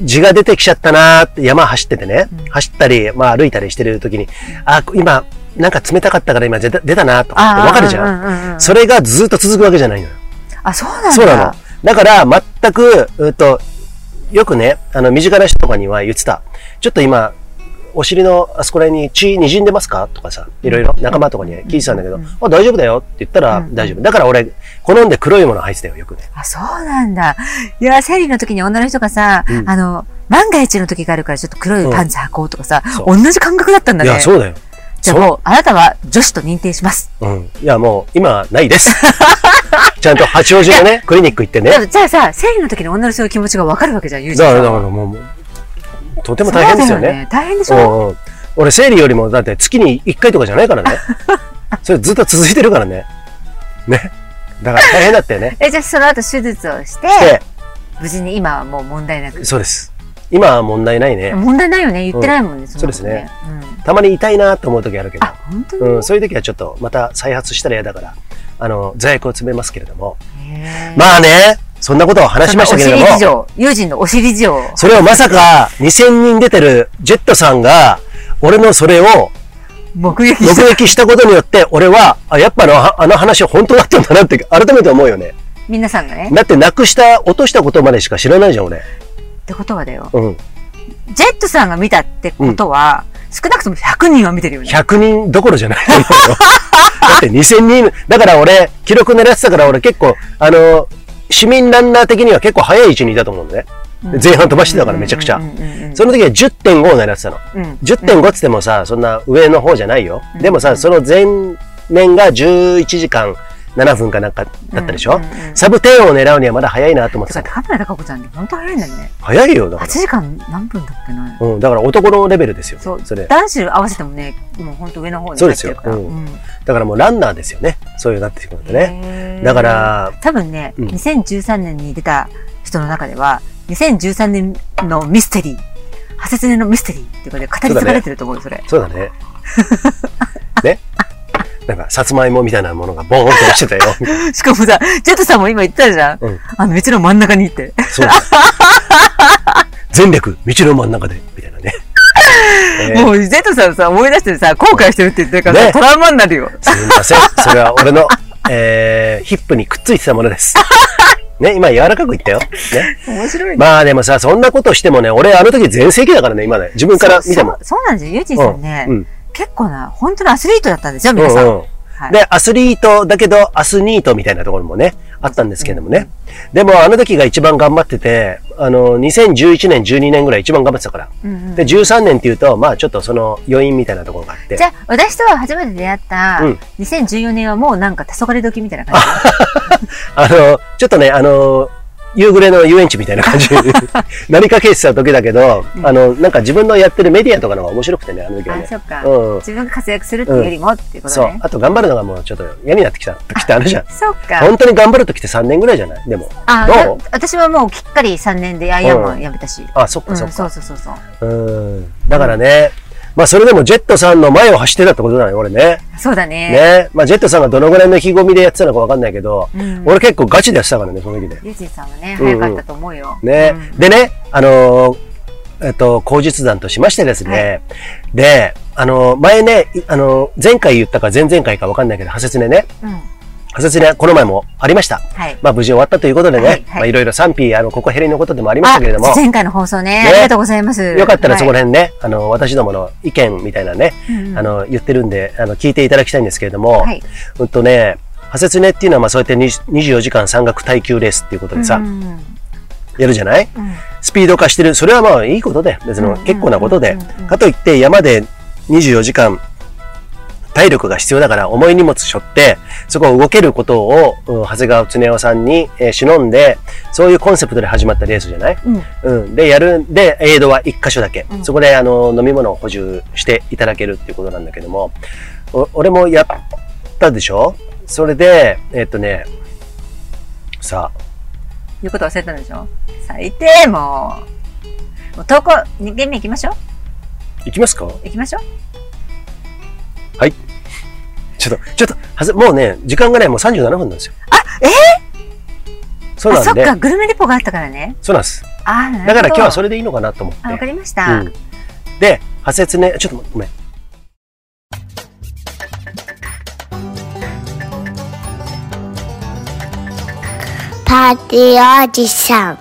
[SPEAKER 1] 血が出てきちゃったなーって山走っててね、走ったり、まあ歩いたりしてる時に、あ、今、なんか冷たかったから今出た出たなーとかって
[SPEAKER 2] ああ。
[SPEAKER 1] わかるじゃん。
[SPEAKER 2] うんうんうんうん
[SPEAKER 1] それがずっと続くわけじゃないのよ。
[SPEAKER 2] あ、そうなんだ。
[SPEAKER 1] そうなの。だから、全く、うーっと、よくね、あの、身近な人とかには言ってた。ちょっと今、お尻のあそこら辺に血滲んでますかとかさ、いろいろ仲間とかに聞いてたんだけど、あ、大丈夫だよって言ったら
[SPEAKER 2] うん
[SPEAKER 1] 大丈夫。だから俺、好んで黒いもの入ってたよ、よくね。
[SPEAKER 2] あ、そうなんだ。いや、生理の時に女の人がさ、
[SPEAKER 1] うん
[SPEAKER 2] あの、万が一の時があるからちょっと黒いパンツ履こうとかさ、
[SPEAKER 1] う
[SPEAKER 2] 同じ感覚だったんだ
[SPEAKER 1] い
[SPEAKER 2] ね。
[SPEAKER 1] や、そうだよ。
[SPEAKER 2] じゃあもう、あなたは女子と認定します。
[SPEAKER 1] うん。いや、もう、今はないです。ちゃんと八王子 のね、クリニック行ってね。
[SPEAKER 2] だからじゃあさ、生理の時の女の人の気持ちがわかるわけじゃん、ゆうち
[SPEAKER 1] だ
[SPEAKER 2] ゃ
[SPEAKER 1] か
[SPEAKER 2] ん
[SPEAKER 1] ら、
[SPEAKER 2] さん
[SPEAKER 1] だから
[SPEAKER 2] は。
[SPEAKER 1] もう、もうとても大変ですよ
[SPEAKER 2] そうだ
[SPEAKER 1] ね。
[SPEAKER 2] 大変でしょ
[SPEAKER 1] うんうん、俺、生理よりも、だって月に1回とかじゃないから ね。それずっと続いてるからね。ね。だから大変だったよね。
[SPEAKER 2] え、じゃあその後手術をして、
[SPEAKER 1] で、
[SPEAKER 2] 無事に今はもう問題なく。
[SPEAKER 1] そうです。今は問題ないね。
[SPEAKER 2] 問題ないよね、言ってないもんね、
[SPEAKER 1] そうですね
[SPEAKER 2] そんなことね。
[SPEAKER 1] たまに痛いなと思う時あるけ
[SPEAKER 2] うん。
[SPEAKER 1] ど
[SPEAKER 2] あ、、本当に、
[SPEAKER 1] うん、そういう時はちょっとまた再発したら嫌だから、あの、罪悪を詰めますけれども。
[SPEAKER 2] へー
[SPEAKER 1] まあね、そんなことを話しましたけれど
[SPEAKER 2] そのお尻事
[SPEAKER 1] も、
[SPEAKER 2] 情、友人のお尻事情を。
[SPEAKER 1] それをまさか2000人出てるジェットさんが、俺のそれを
[SPEAKER 2] 目撃
[SPEAKER 1] 目
[SPEAKER 2] した。
[SPEAKER 1] 撃したことによって、俺は、あ、やっぱあのあの話は本当だったんだなって改めて思うよね。
[SPEAKER 2] 皆さんがね。
[SPEAKER 1] だってなくした、落としたことまでしか知らないじゃん、俺。
[SPEAKER 2] ってことはだよ。
[SPEAKER 1] うん。
[SPEAKER 2] ジェットさんが見たってことは、少なくとも100人は見てるよね。
[SPEAKER 1] 100人どころじゃ ないと思うよ。だって2000人、だから俺、記録狙ってたから俺結構、あの、市民ランナー的には結構早い位置にいたと思うんだね。前半飛ばしてたからめちゃくちゃ
[SPEAKER 2] うん。うんうんうん
[SPEAKER 1] その時は10.5を狙ってたの。
[SPEAKER 2] うん
[SPEAKER 1] 10.5っつってもさ、そんな上の方じゃないよ。でもさ、その前年が11時間7分かなんかだったでしょ、
[SPEAKER 2] うんうんうん
[SPEAKER 1] サブ10を狙うにはまだ早いなと思って
[SPEAKER 2] てか、
[SPEAKER 1] た。
[SPEAKER 2] 田村貴子ちゃんって本当早いんだよね。
[SPEAKER 1] 早いよ、だか
[SPEAKER 2] 8
[SPEAKER 1] ら。
[SPEAKER 2] 時間何分だっけな。
[SPEAKER 1] うん、だから男のレベルですよ。
[SPEAKER 2] そ、
[SPEAKER 1] そうれ。
[SPEAKER 2] 男子合わせてもね、もう本当上の方に
[SPEAKER 1] そう
[SPEAKER 2] 入
[SPEAKER 1] で
[SPEAKER 2] っ
[SPEAKER 1] す
[SPEAKER 2] て
[SPEAKER 1] よ
[SPEAKER 2] るから。
[SPEAKER 1] うんだからもうランナーですよね。そういうなってくるんでね。
[SPEAKER 2] ね
[SPEAKER 1] だから、
[SPEAKER 2] 多分ね、
[SPEAKER 1] うん
[SPEAKER 2] 2013年に出た人の中では、2013年のミステリー、ハセツネのミステリーっていうかで語り継がれてると思うよ、それ。
[SPEAKER 1] そうだ ね。ね。なんか、さつまいもみたいなものがボーンと落ちてた よ。
[SPEAKER 2] しかもさ、ジェットさんも今言ってたじゃん。
[SPEAKER 1] うん
[SPEAKER 2] あの、道の真ん中にって。
[SPEAKER 1] そうだ。全力、道の真ん中で、みたいな ね。えー
[SPEAKER 2] もう、ジェットさんさ、思い出してさ、後悔してるって言ってるから、
[SPEAKER 1] ね
[SPEAKER 2] トラウマになるよ。
[SPEAKER 1] すみません。それは俺の、えー、ヒップにくっついてたものです。ね、今柔らかく言ったよ。ね。
[SPEAKER 2] 面白いね。
[SPEAKER 1] まあでもさ、そんなことしてもね、俺あの時全盛期だからね、今ね。自分から見ても。
[SPEAKER 2] そうそうそうなんですよ。ユージさんね、
[SPEAKER 1] うんうん
[SPEAKER 2] 結構な、本当にアスリートだったんですよ、
[SPEAKER 1] うん
[SPEAKER 2] 皆さん。
[SPEAKER 1] うん。
[SPEAKER 2] はい
[SPEAKER 1] で、アスリートだけど、アスニートみたいなところもね、あったんですけどもね。でも、あの時が一番頑張ってて、あの、2011年、12年ぐらい一番頑張ってたから。
[SPEAKER 2] うんうん
[SPEAKER 1] で、13年っていうと、まあ、ちょっとその余韻みたいなところがあって
[SPEAKER 2] じ。ゃあ、私とは初めて出会った
[SPEAKER 1] うん
[SPEAKER 2] 2014年はもうなんか黄昏時みたいな感じ。
[SPEAKER 1] あの、ちょっとね、あの、夕暮れの遊園地みたいな 感じなりかけてた時だけど、
[SPEAKER 2] うん
[SPEAKER 1] あの、なんか自分のやってるメディアとかの方が面白くてね、あの時は
[SPEAKER 2] あ、
[SPEAKER 1] ね
[SPEAKER 2] そ。っか。
[SPEAKER 1] うん。
[SPEAKER 2] 自分が活躍するっていうよりもっていうこと
[SPEAKER 1] そう
[SPEAKER 2] ね。。
[SPEAKER 1] あと頑張るのがもうちょっと嫌にな ってきた時ってあるじゃん。
[SPEAKER 2] そっか。
[SPEAKER 1] 本当に頑張る時って3年ぐらいじゃないでも。
[SPEAKER 2] あ
[SPEAKER 1] どう
[SPEAKER 2] だ私はもうきっかり3年でアイアンマン辞めたし。
[SPEAKER 1] あ、そっ
[SPEAKER 2] う
[SPEAKER 1] か
[SPEAKER 2] ん、
[SPEAKER 1] そ
[SPEAKER 2] そ
[SPEAKER 1] っか。
[SPEAKER 2] うそうそうそう。
[SPEAKER 1] うん。だからね、まあそれでもジェットさんの前を走ってたってことだよ、俺ね。
[SPEAKER 2] そうだね。
[SPEAKER 1] ね。まあジェットさんがどのぐらいの意気込みでやってたのかわかんないけど、
[SPEAKER 2] うん
[SPEAKER 1] 俺結構ガチでやってたからね、その時で。
[SPEAKER 2] ユージさんはね、
[SPEAKER 1] うんう
[SPEAKER 2] 早
[SPEAKER 1] ん
[SPEAKER 2] かったと思うよ。
[SPEAKER 1] ね、
[SPEAKER 2] うん
[SPEAKER 1] でね、あのーえっと、口述団としましてですね、で、あのー前ね、いあのー前回言ったか前々回かわかんないけど、派説ねね、
[SPEAKER 2] うん。
[SPEAKER 1] 派説ね、この前もありました。
[SPEAKER 2] はい。
[SPEAKER 1] まあ無事終わったということでね、
[SPEAKER 2] はいはい
[SPEAKER 1] まあいろいろ賛否、あの、ここヘリのことでもありまし
[SPEAKER 2] あ
[SPEAKER 1] たけれども、
[SPEAKER 2] 前回の放送ね
[SPEAKER 1] ね
[SPEAKER 2] ありがとうございます。
[SPEAKER 1] よかったらそこ
[SPEAKER 2] で。
[SPEAKER 1] ら辺ね、あの、私どもの意見みたいなね、
[SPEAKER 2] うんうん
[SPEAKER 1] あの、言ってるんで、あの、聞いていただきたいんですけれども、
[SPEAKER 2] はい。
[SPEAKER 1] うんとね、派説ねっていうのは、まあそうやって20 24時間山岳耐久レースっていうことでさ、
[SPEAKER 2] うんうんうん
[SPEAKER 1] やるじゃない
[SPEAKER 2] うん
[SPEAKER 1] スピード化してる。それはまあいいことで、別
[SPEAKER 2] うん
[SPEAKER 1] に
[SPEAKER 2] うん
[SPEAKER 1] 結構なことで
[SPEAKER 2] うんうんうん。
[SPEAKER 1] かといって山で24時間体力が必要だから重い荷物背負って、そこを動けることを、うん長谷川恒夫さんに、えー忍んで、そういうコンセプトで始まったレースじゃない
[SPEAKER 2] うん
[SPEAKER 1] うん。で、やるんで、エイドは一箇所だけ。
[SPEAKER 2] うん
[SPEAKER 1] そこで、あの、飲み物を補充していただけるっていうことなんだけども、お俺もやったでしょそれで、えっとね、さあ、
[SPEAKER 2] いうこと忘れたんでしょ最低もう。もう投稿、2件目行きましょう。
[SPEAKER 1] 行きますか
[SPEAKER 2] 行きましょう。
[SPEAKER 1] ちょっと、ちょっと、はず、もうね、時間がね、もう37分なんですよ。あ、えそう
[SPEAKER 2] あ、
[SPEAKER 1] な
[SPEAKER 2] そ
[SPEAKER 1] ん
[SPEAKER 2] っ
[SPEAKER 1] で、
[SPEAKER 2] か、グルメレポがあったからね。
[SPEAKER 1] そうなんです。
[SPEAKER 2] あーなるほど。
[SPEAKER 1] だから今日はそれでいいのかなと思って。
[SPEAKER 2] あ、わかりまし
[SPEAKER 1] う
[SPEAKER 2] た。
[SPEAKER 1] ん。で、派説ね、ちょっと待ってごめん。
[SPEAKER 4] パーティーおじさん。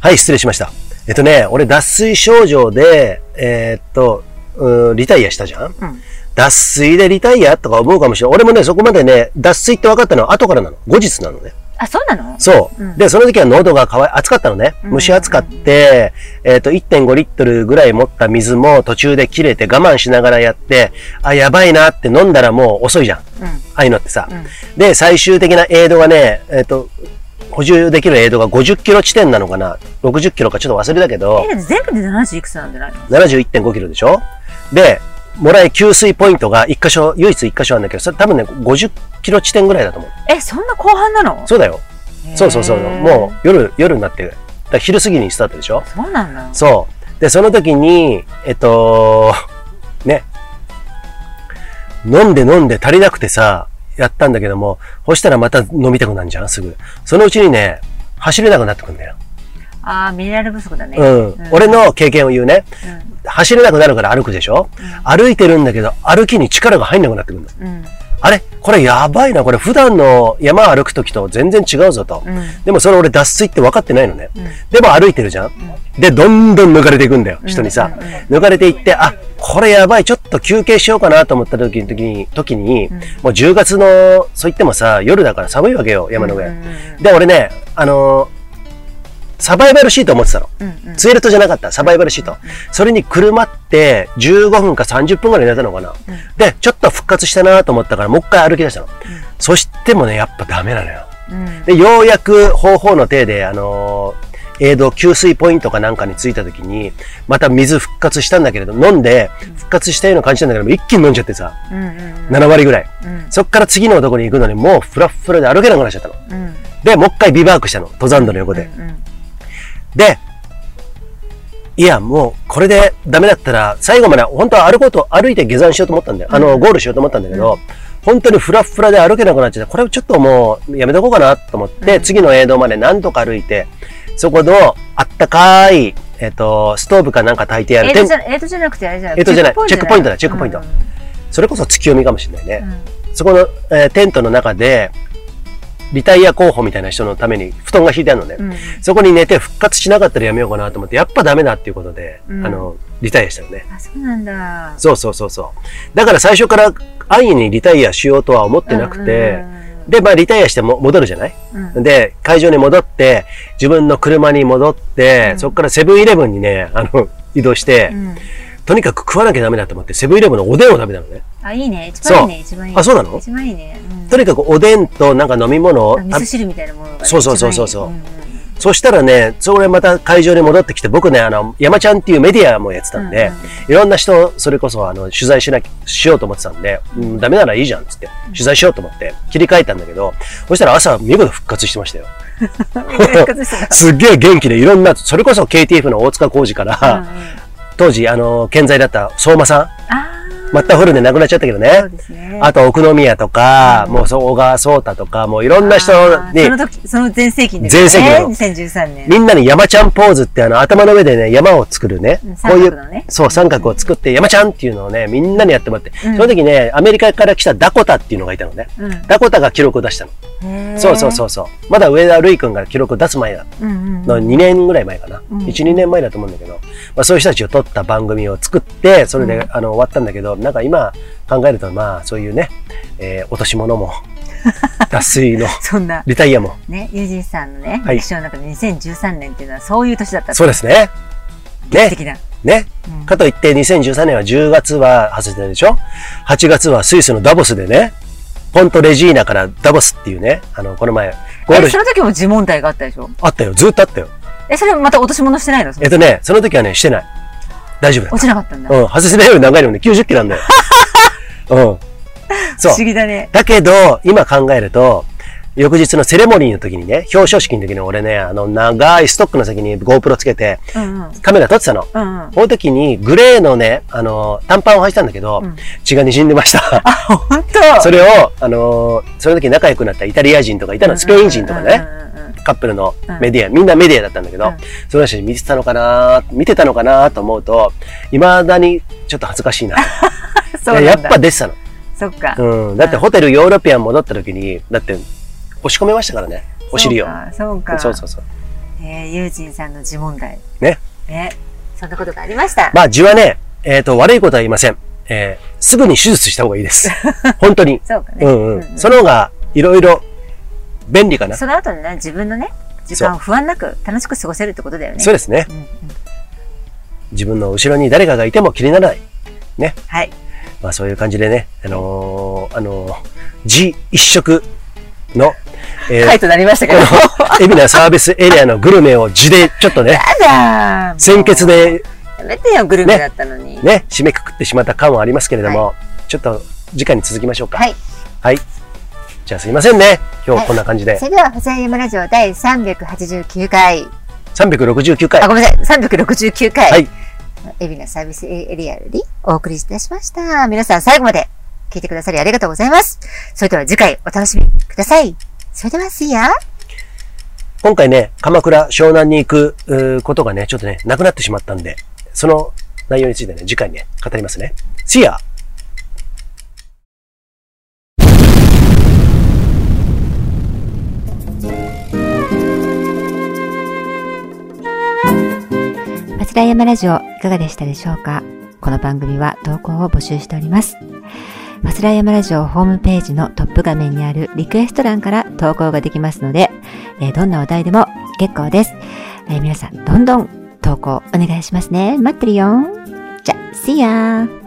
[SPEAKER 1] はい、失礼しました。えっとね、俺、脱水症状で、えーっと、うん、リタイアしたじゃん、
[SPEAKER 2] ん
[SPEAKER 1] 脱水でリタイアとか思うかもしれない。俺もね、そこまでね、脱水って分かったのは後からなの。後日なのね。
[SPEAKER 2] あ、そうなの
[SPEAKER 1] そう。
[SPEAKER 2] うん
[SPEAKER 1] で、その時は喉が乾い、暑かったのね。
[SPEAKER 2] うん
[SPEAKER 1] 蒸し暑かって、えっ、と、1.5リットルぐらい持った水も途中で切れて我慢しながらやって、あ、やばいなって飲んだらもう遅いじゃん。あ
[SPEAKER 2] うん。
[SPEAKER 1] あいうのってさ。
[SPEAKER 2] うん
[SPEAKER 1] で、最終的なエイドがね、えっ、と、補充できるエイドが50キロ地点なのかな ?60 キロかちょっと忘れたけど
[SPEAKER 2] え、、だって全部で70いくつなんじゃないの
[SPEAKER 1] 71.5キロでしょで、もらえ給水ポイントが一箇所、唯一一箇所あるんだけど、それ多分ね、50キロ地点ぐらいだと思う。
[SPEAKER 2] え、そんな後半なの
[SPEAKER 1] そうだよ。そうそうそう。もう
[SPEAKER 2] う。
[SPEAKER 1] 夜、夜になって、だから昼過ぎにスタートでしょ
[SPEAKER 2] そうなんだ。
[SPEAKER 1] そう。で、その時に、えっと、ね。飲んで飲んで足りなくてさ、やったんだけども、そしたらまた飲みたくなるじゃん、すぐ。そのうちにね、走れなくなってくんだよ。
[SPEAKER 2] あーミネラル不足だね。
[SPEAKER 1] うん。俺の経験を言うね。走れなくなるから歩くでしょ、歩いてるんだけど、歩きに力が入んなくなってくるんだ。
[SPEAKER 2] うん。うん。
[SPEAKER 1] あれこれやばいな。これ普段の山歩く時と全然違うぞと。
[SPEAKER 2] うん。
[SPEAKER 1] でもそれ俺脱水って分かってないのね。
[SPEAKER 2] うん。
[SPEAKER 1] でも歩いてるじゃん、で、どんどん抜かれていくんだよ、人にさ。
[SPEAKER 2] うんうん
[SPEAKER 1] 抜かれていって、あ、これやばい、ちょっと休憩しようかなと思った時に、時に、時に
[SPEAKER 2] ん
[SPEAKER 1] もう10月の、そう言ってもさ、夜だから寒いわけよ、山の上。
[SPEAKER 2] うんうんうん
[SPEAKER 1] で、俺ね、あのーサバイバルシートを持ってたの。ツイルトじゃなかった、サバイバルシート。それにくるまって、15分か30分ぐらい寝たのかな。で、ちょっと復活したなと思ったから、もう一回歩き出したの。そしてもね、やっぱダメなのよ。で、ようやく方法の手で、あのー、えーと、給水ポイントかなんかに着いた時に、また水復活したんだけれど、飲んで、復活したような感じなんだけど、一気に飲んじゃってさ、7割ぐらい。そっから次のとこに行くのに、もうフラッフラで歩けなくなっちゃったの。で、もう一回ビバークしたの。登山道の横で。で、いや、もう、これでダメだったら、最後まで、本当は歩こうと、歩いて下山しようと思ったんだよ。あの、ゴールしようと思ったんだけど、本当にフラッフラで歩けなくなっちゃって、これちょっともう、やめとこうかなと思って、次の映像まで何とか歩いて、そこの、あったかい、えっと、ストーブかなんか炊いてやる。
[SPEAKER 2] エイトじゃエイトじゃなくてあれじゃない
[SPEAKER 1] エイトじゃないチェックポイントだ
[SPEAKER 2] う
[SPEAKER 1] チ
[SPEAKER 2] ん
[SPEAKER 1] ェッそれこそ月読みかもしれないね。
[SPEAKER 2] うん
[SPEAKER 1] そこの、えーテントの中で、リタイア候補みたいな人のために布団が敷いてあるのね。
[SPEAKER 2] うん
[SPEAKER 1] そこに寝て復活しなかったらやめようかなと思って、やっぱダメだっていうことで、
[SPEAKER 2] うん
[SPEAKER 1] あの、リタイアしたよね。
[SPEAKER 2] あそうなんだ
[SPEAKER 1] そうそうそうそう。だから最初から安易にリタイアしようとは思ってなくて、で、まあリタイアしても戻るじゃない
[SPEAKER 2] うんうんうん
[SPEAKER 1] で、会場に戻って、自分の車に戻って、
[SPEAKER 2] うん
[SPEAKER 1] そこからセブンイレブンにね、あの、移動して、
[SPEAKER 2] うん
[SPEAKER 1] とにかく食わなきゃダメだと思って、セブンイレブンのおでんを食べたのね。
[SPEAKER 2] あいいね一番いいね
[SPEAKER 1] そう
[SPEAKER 2] 一番いい
[SPEAKER 1] あそうなの
[SPEAKER 2] 一番いいねうん
[SPEAKER 1] とにかくおでんとなんか飲み物を
[SPEAKER 2] あ味噌汁みたいなものがね
[SPEAKER 1] そうそうそうそうそう
[SPEAKER 2] 一番いいね
[SPEAKER 1] そしたらね、それまた会場に戻ってきて、僕ね、あの、山ちゃんっていうメディアもやってたんで、
[SPEAKER 2] うん
[SPEAKER 1] いろんな人を、それこそ、あの、取材しなき、しようと思ってたんで、うん、ダメならいいじゃん、つって、取材しようと思って、切り替えたんだけど、そしたら朝、見事復活してました よ。
[SPEAKER 2] うんうん復活した
[SPEAKER 1] すっげえ元気で、いろんな、それこそ KTF の大塚浩二か
[SPEAKER 2] なうん
[SPEAKER 1] ら、
[SPEAKER 2] うん
[SPEAKER 1] 当時、あの、健在だった相馬さん、
[SPEAKER 2] あ
[SPEAKER 1] マッターホルンで亡くなっちゃったけど
[SPEAKER 2] ー
[SPEAKER 1] ね
[SPEAKER 2] そう。ですね
[SPEAKER 1] あと、奥宮とか、もう、そう小川聡太とか、もういろんな人
[SPEAKER 2] あー
[SPEAKER 1] に
[SPEAKER 2] その、時、その前世紀に
[SPEAKER 1] 全盛期なの
[SPEAKER 2] 2013年。
[SPEAKER 1] みんなに山ちゃんポーズってあの頭の上でね、山を作るね。
[SPEAKER 2] うん
[SPEAKER 1] こうい
[SPEAKER 2] 三角の
[SPEAKER 1] う
[SPEAKER 2] ね、
[SPEAKER 1] そう、三角を作って山ちゃんっていうのをね、みんなにやってもらって。そ
[SPEAKER 2] うん
[SPEAKER 1] の時ね、アメリカから来たダコタっていうのがいたのね。
[SPEAKER 2] うん
[SPEAKER 1] ダコタが記録を出したの。
[SPEAKER 2] へー
[SPEAKER 1] そうそうそうそう。まだ上田瑠衣君が記録を出す前だ。
[SPEAKER 2] うんうんうん。
[SPEAKER 1] の2年ぐらい前かな。
[SPEAKER 2] うん
[SPEAKER 1] 1、2年前だと思うんだけど、まあそういう人たちを撮った番組を作って、それで、あの終わったんだけど、なんか今考えるとまあそういうね、えー落とし 物も、脱水の、
[SPEAKER 2] そんな、
[SPEAKER 1] リタイアも。
[SPEAKER 2] ね、ユージンさんのね、
[SPEAKER 1] はい
[SPEAKER 2] 歴史の中で2013年っていうのはそういう年だった。
[SPEAKER 1] そうですね。ね。
[SPEAKER 2] 的な。
[SPEAKER 1] ね。
[SPEAKER 2] うん
[SPEAKER 1] かといって2013年は10月は外れてるでしょ ?8 月はスイスのダボスでね、ポントレジーナからダボスっていうね、あの、この前、ゴー
[SPEAKER 2] え、
[SPEAKER 1] ル
[SPEAKER 2] その時も自問題があったでしょ
[SPEAKER 1] あったよ。ずっとあったよ。
[SPEAKER 2] え、それまた落とし物してないのその
[SPEAKER 1] えっとね、その時はね、してない。大丈夫だ
[SPEAKER 2] 落ちなかったんだ。
[SPEAKER 1] よ。うん、外せないより長いのね、90キロなん だよ。うん。
[SPEAKER 2] 不
[SPEAKER 1] そう
[SPEAKER 2] 思。議だね。
[SPEAKER 1] だけど、今考えると、翌日のセレモニーの時にね、表彰式の時に俺ね、あの、長いストックの先に GoPro つけて、
[SPEAKER 2] うんうん。うん
[SPEAKER 1] カメラ撮ってたの。
[SPEAKER 2] うん。
[SPEAKER 1] この時にグレーのね、あの、短パンを履いてたんだけど、
[SPEAKER 2] うん
[SPEAKER 1] 血が滲んでました。
[SPEAKER 2] ほんと
[SPEAKER 1] それを、あのーその時仲良くなったイタリア人とかいたの、スペイン人とかね、
[SPEAKER 2] うんうんうんうん
[SPEAKER 1] カップルのメディア、みんなメディアだったんだけど、
[SPEAKER 2] うん
[SPEAKER 1] その人たち見てたのかな見てたのかなと思うと、未だにちょっと恥ずかしいな。
[SPEAKER 2] そうなんだ。
[SPEAKER 1] やっぱ出てたの。
[SPEAKER 2] そっか。
[SPEAKER 1] うん。だってホテルヨーロピアン戻った時に、だって押し込めましたからね、お尻を。
[SPEAKER 2] そうか。
[SPEAKER 1] そうそううそう。
[SPEAKER 2] か。えー、ユージンさんの自問題。
[SPEAKER 1] ね。
[SPEAKER 2] ね。そんなことがありました。
[SPEAKER 1] まあ、痔はね、えっ、と、悪いことは言いません。えーすぐに手術した方がいい です。本当に。
[SPEAKER 2] そうかね。
[SPEAKER 1] うん
[SPEAKER 2] うん
[SPEAKER 1] う。
[SPEAKER 2] うんん
[SPEAKER 1] その方が、いろいろ、便利かな。そ
[SPEAKER 2] その後にね、自分のね、時間を不安なく楽しく過ごせるってことだよね。
[SPEAKER 1] うですね。
[SPEAKER 2] うんうん
[SPEAKER 1] 自分の後ろに誰かがいても気にならない。
[SPEAKER 2] はい。
[SPEAKER 1] まあそういう感じでね、あのー、あのー、自一食の、えー
[SPEAKER 2] 回となりましたけ
[SPEAKER 1] こ
[SPEAKER 2] ど。
[SPEAKER 1] の、海老名サービスエリアのグルメを地で、ちょっとね、
[SPEAKER 2] やだー
[SPEAKER 1] 先決。で
[SPEAKER 2] もうやめてよ、グルメだったのに。
[SPEAKER 1] ね、締めくくってしまった感はありますけれども、ちょっと次回に続きましょうか。
[SPEAKER 2] はい。
[SPEAKER 1] はい。じゃあすいませんね。今日こんな感じで
[SPEAKER 2] そ。れでは、細山ラジオ第389回。
[SPEAKER 1] 369回
[SPEAKER 2] あ、。ごめんなさい。369回。
[SPEAKER 1] はい。
[SPEAKER 2] 海老名サービスエリアよりお送りいたしました。皆さん最後まで聞いてくださりありがとうございます。それでは次回お楽しみください。それでは、See ya!
[SPEAKER 1] 今回ね、鎌倉、湘南に行くうーことがね、ちょっとね、なくなってしまったんで、その内容についてね、次回ね、語りますね。See ya!
[SPEAKER 5] 松田山ラジオいかがでしたでしょうかこの番組は投稿を募集しております。松田山ラジオホームページのトップ画面にあるリクエスト欄から投稿ができますので、えーどんなお題でも結構です。え
[SPEAKER 2] えー皆さん、どんどん投稿お願いしますね。待ってるよ。じゃ、See ya!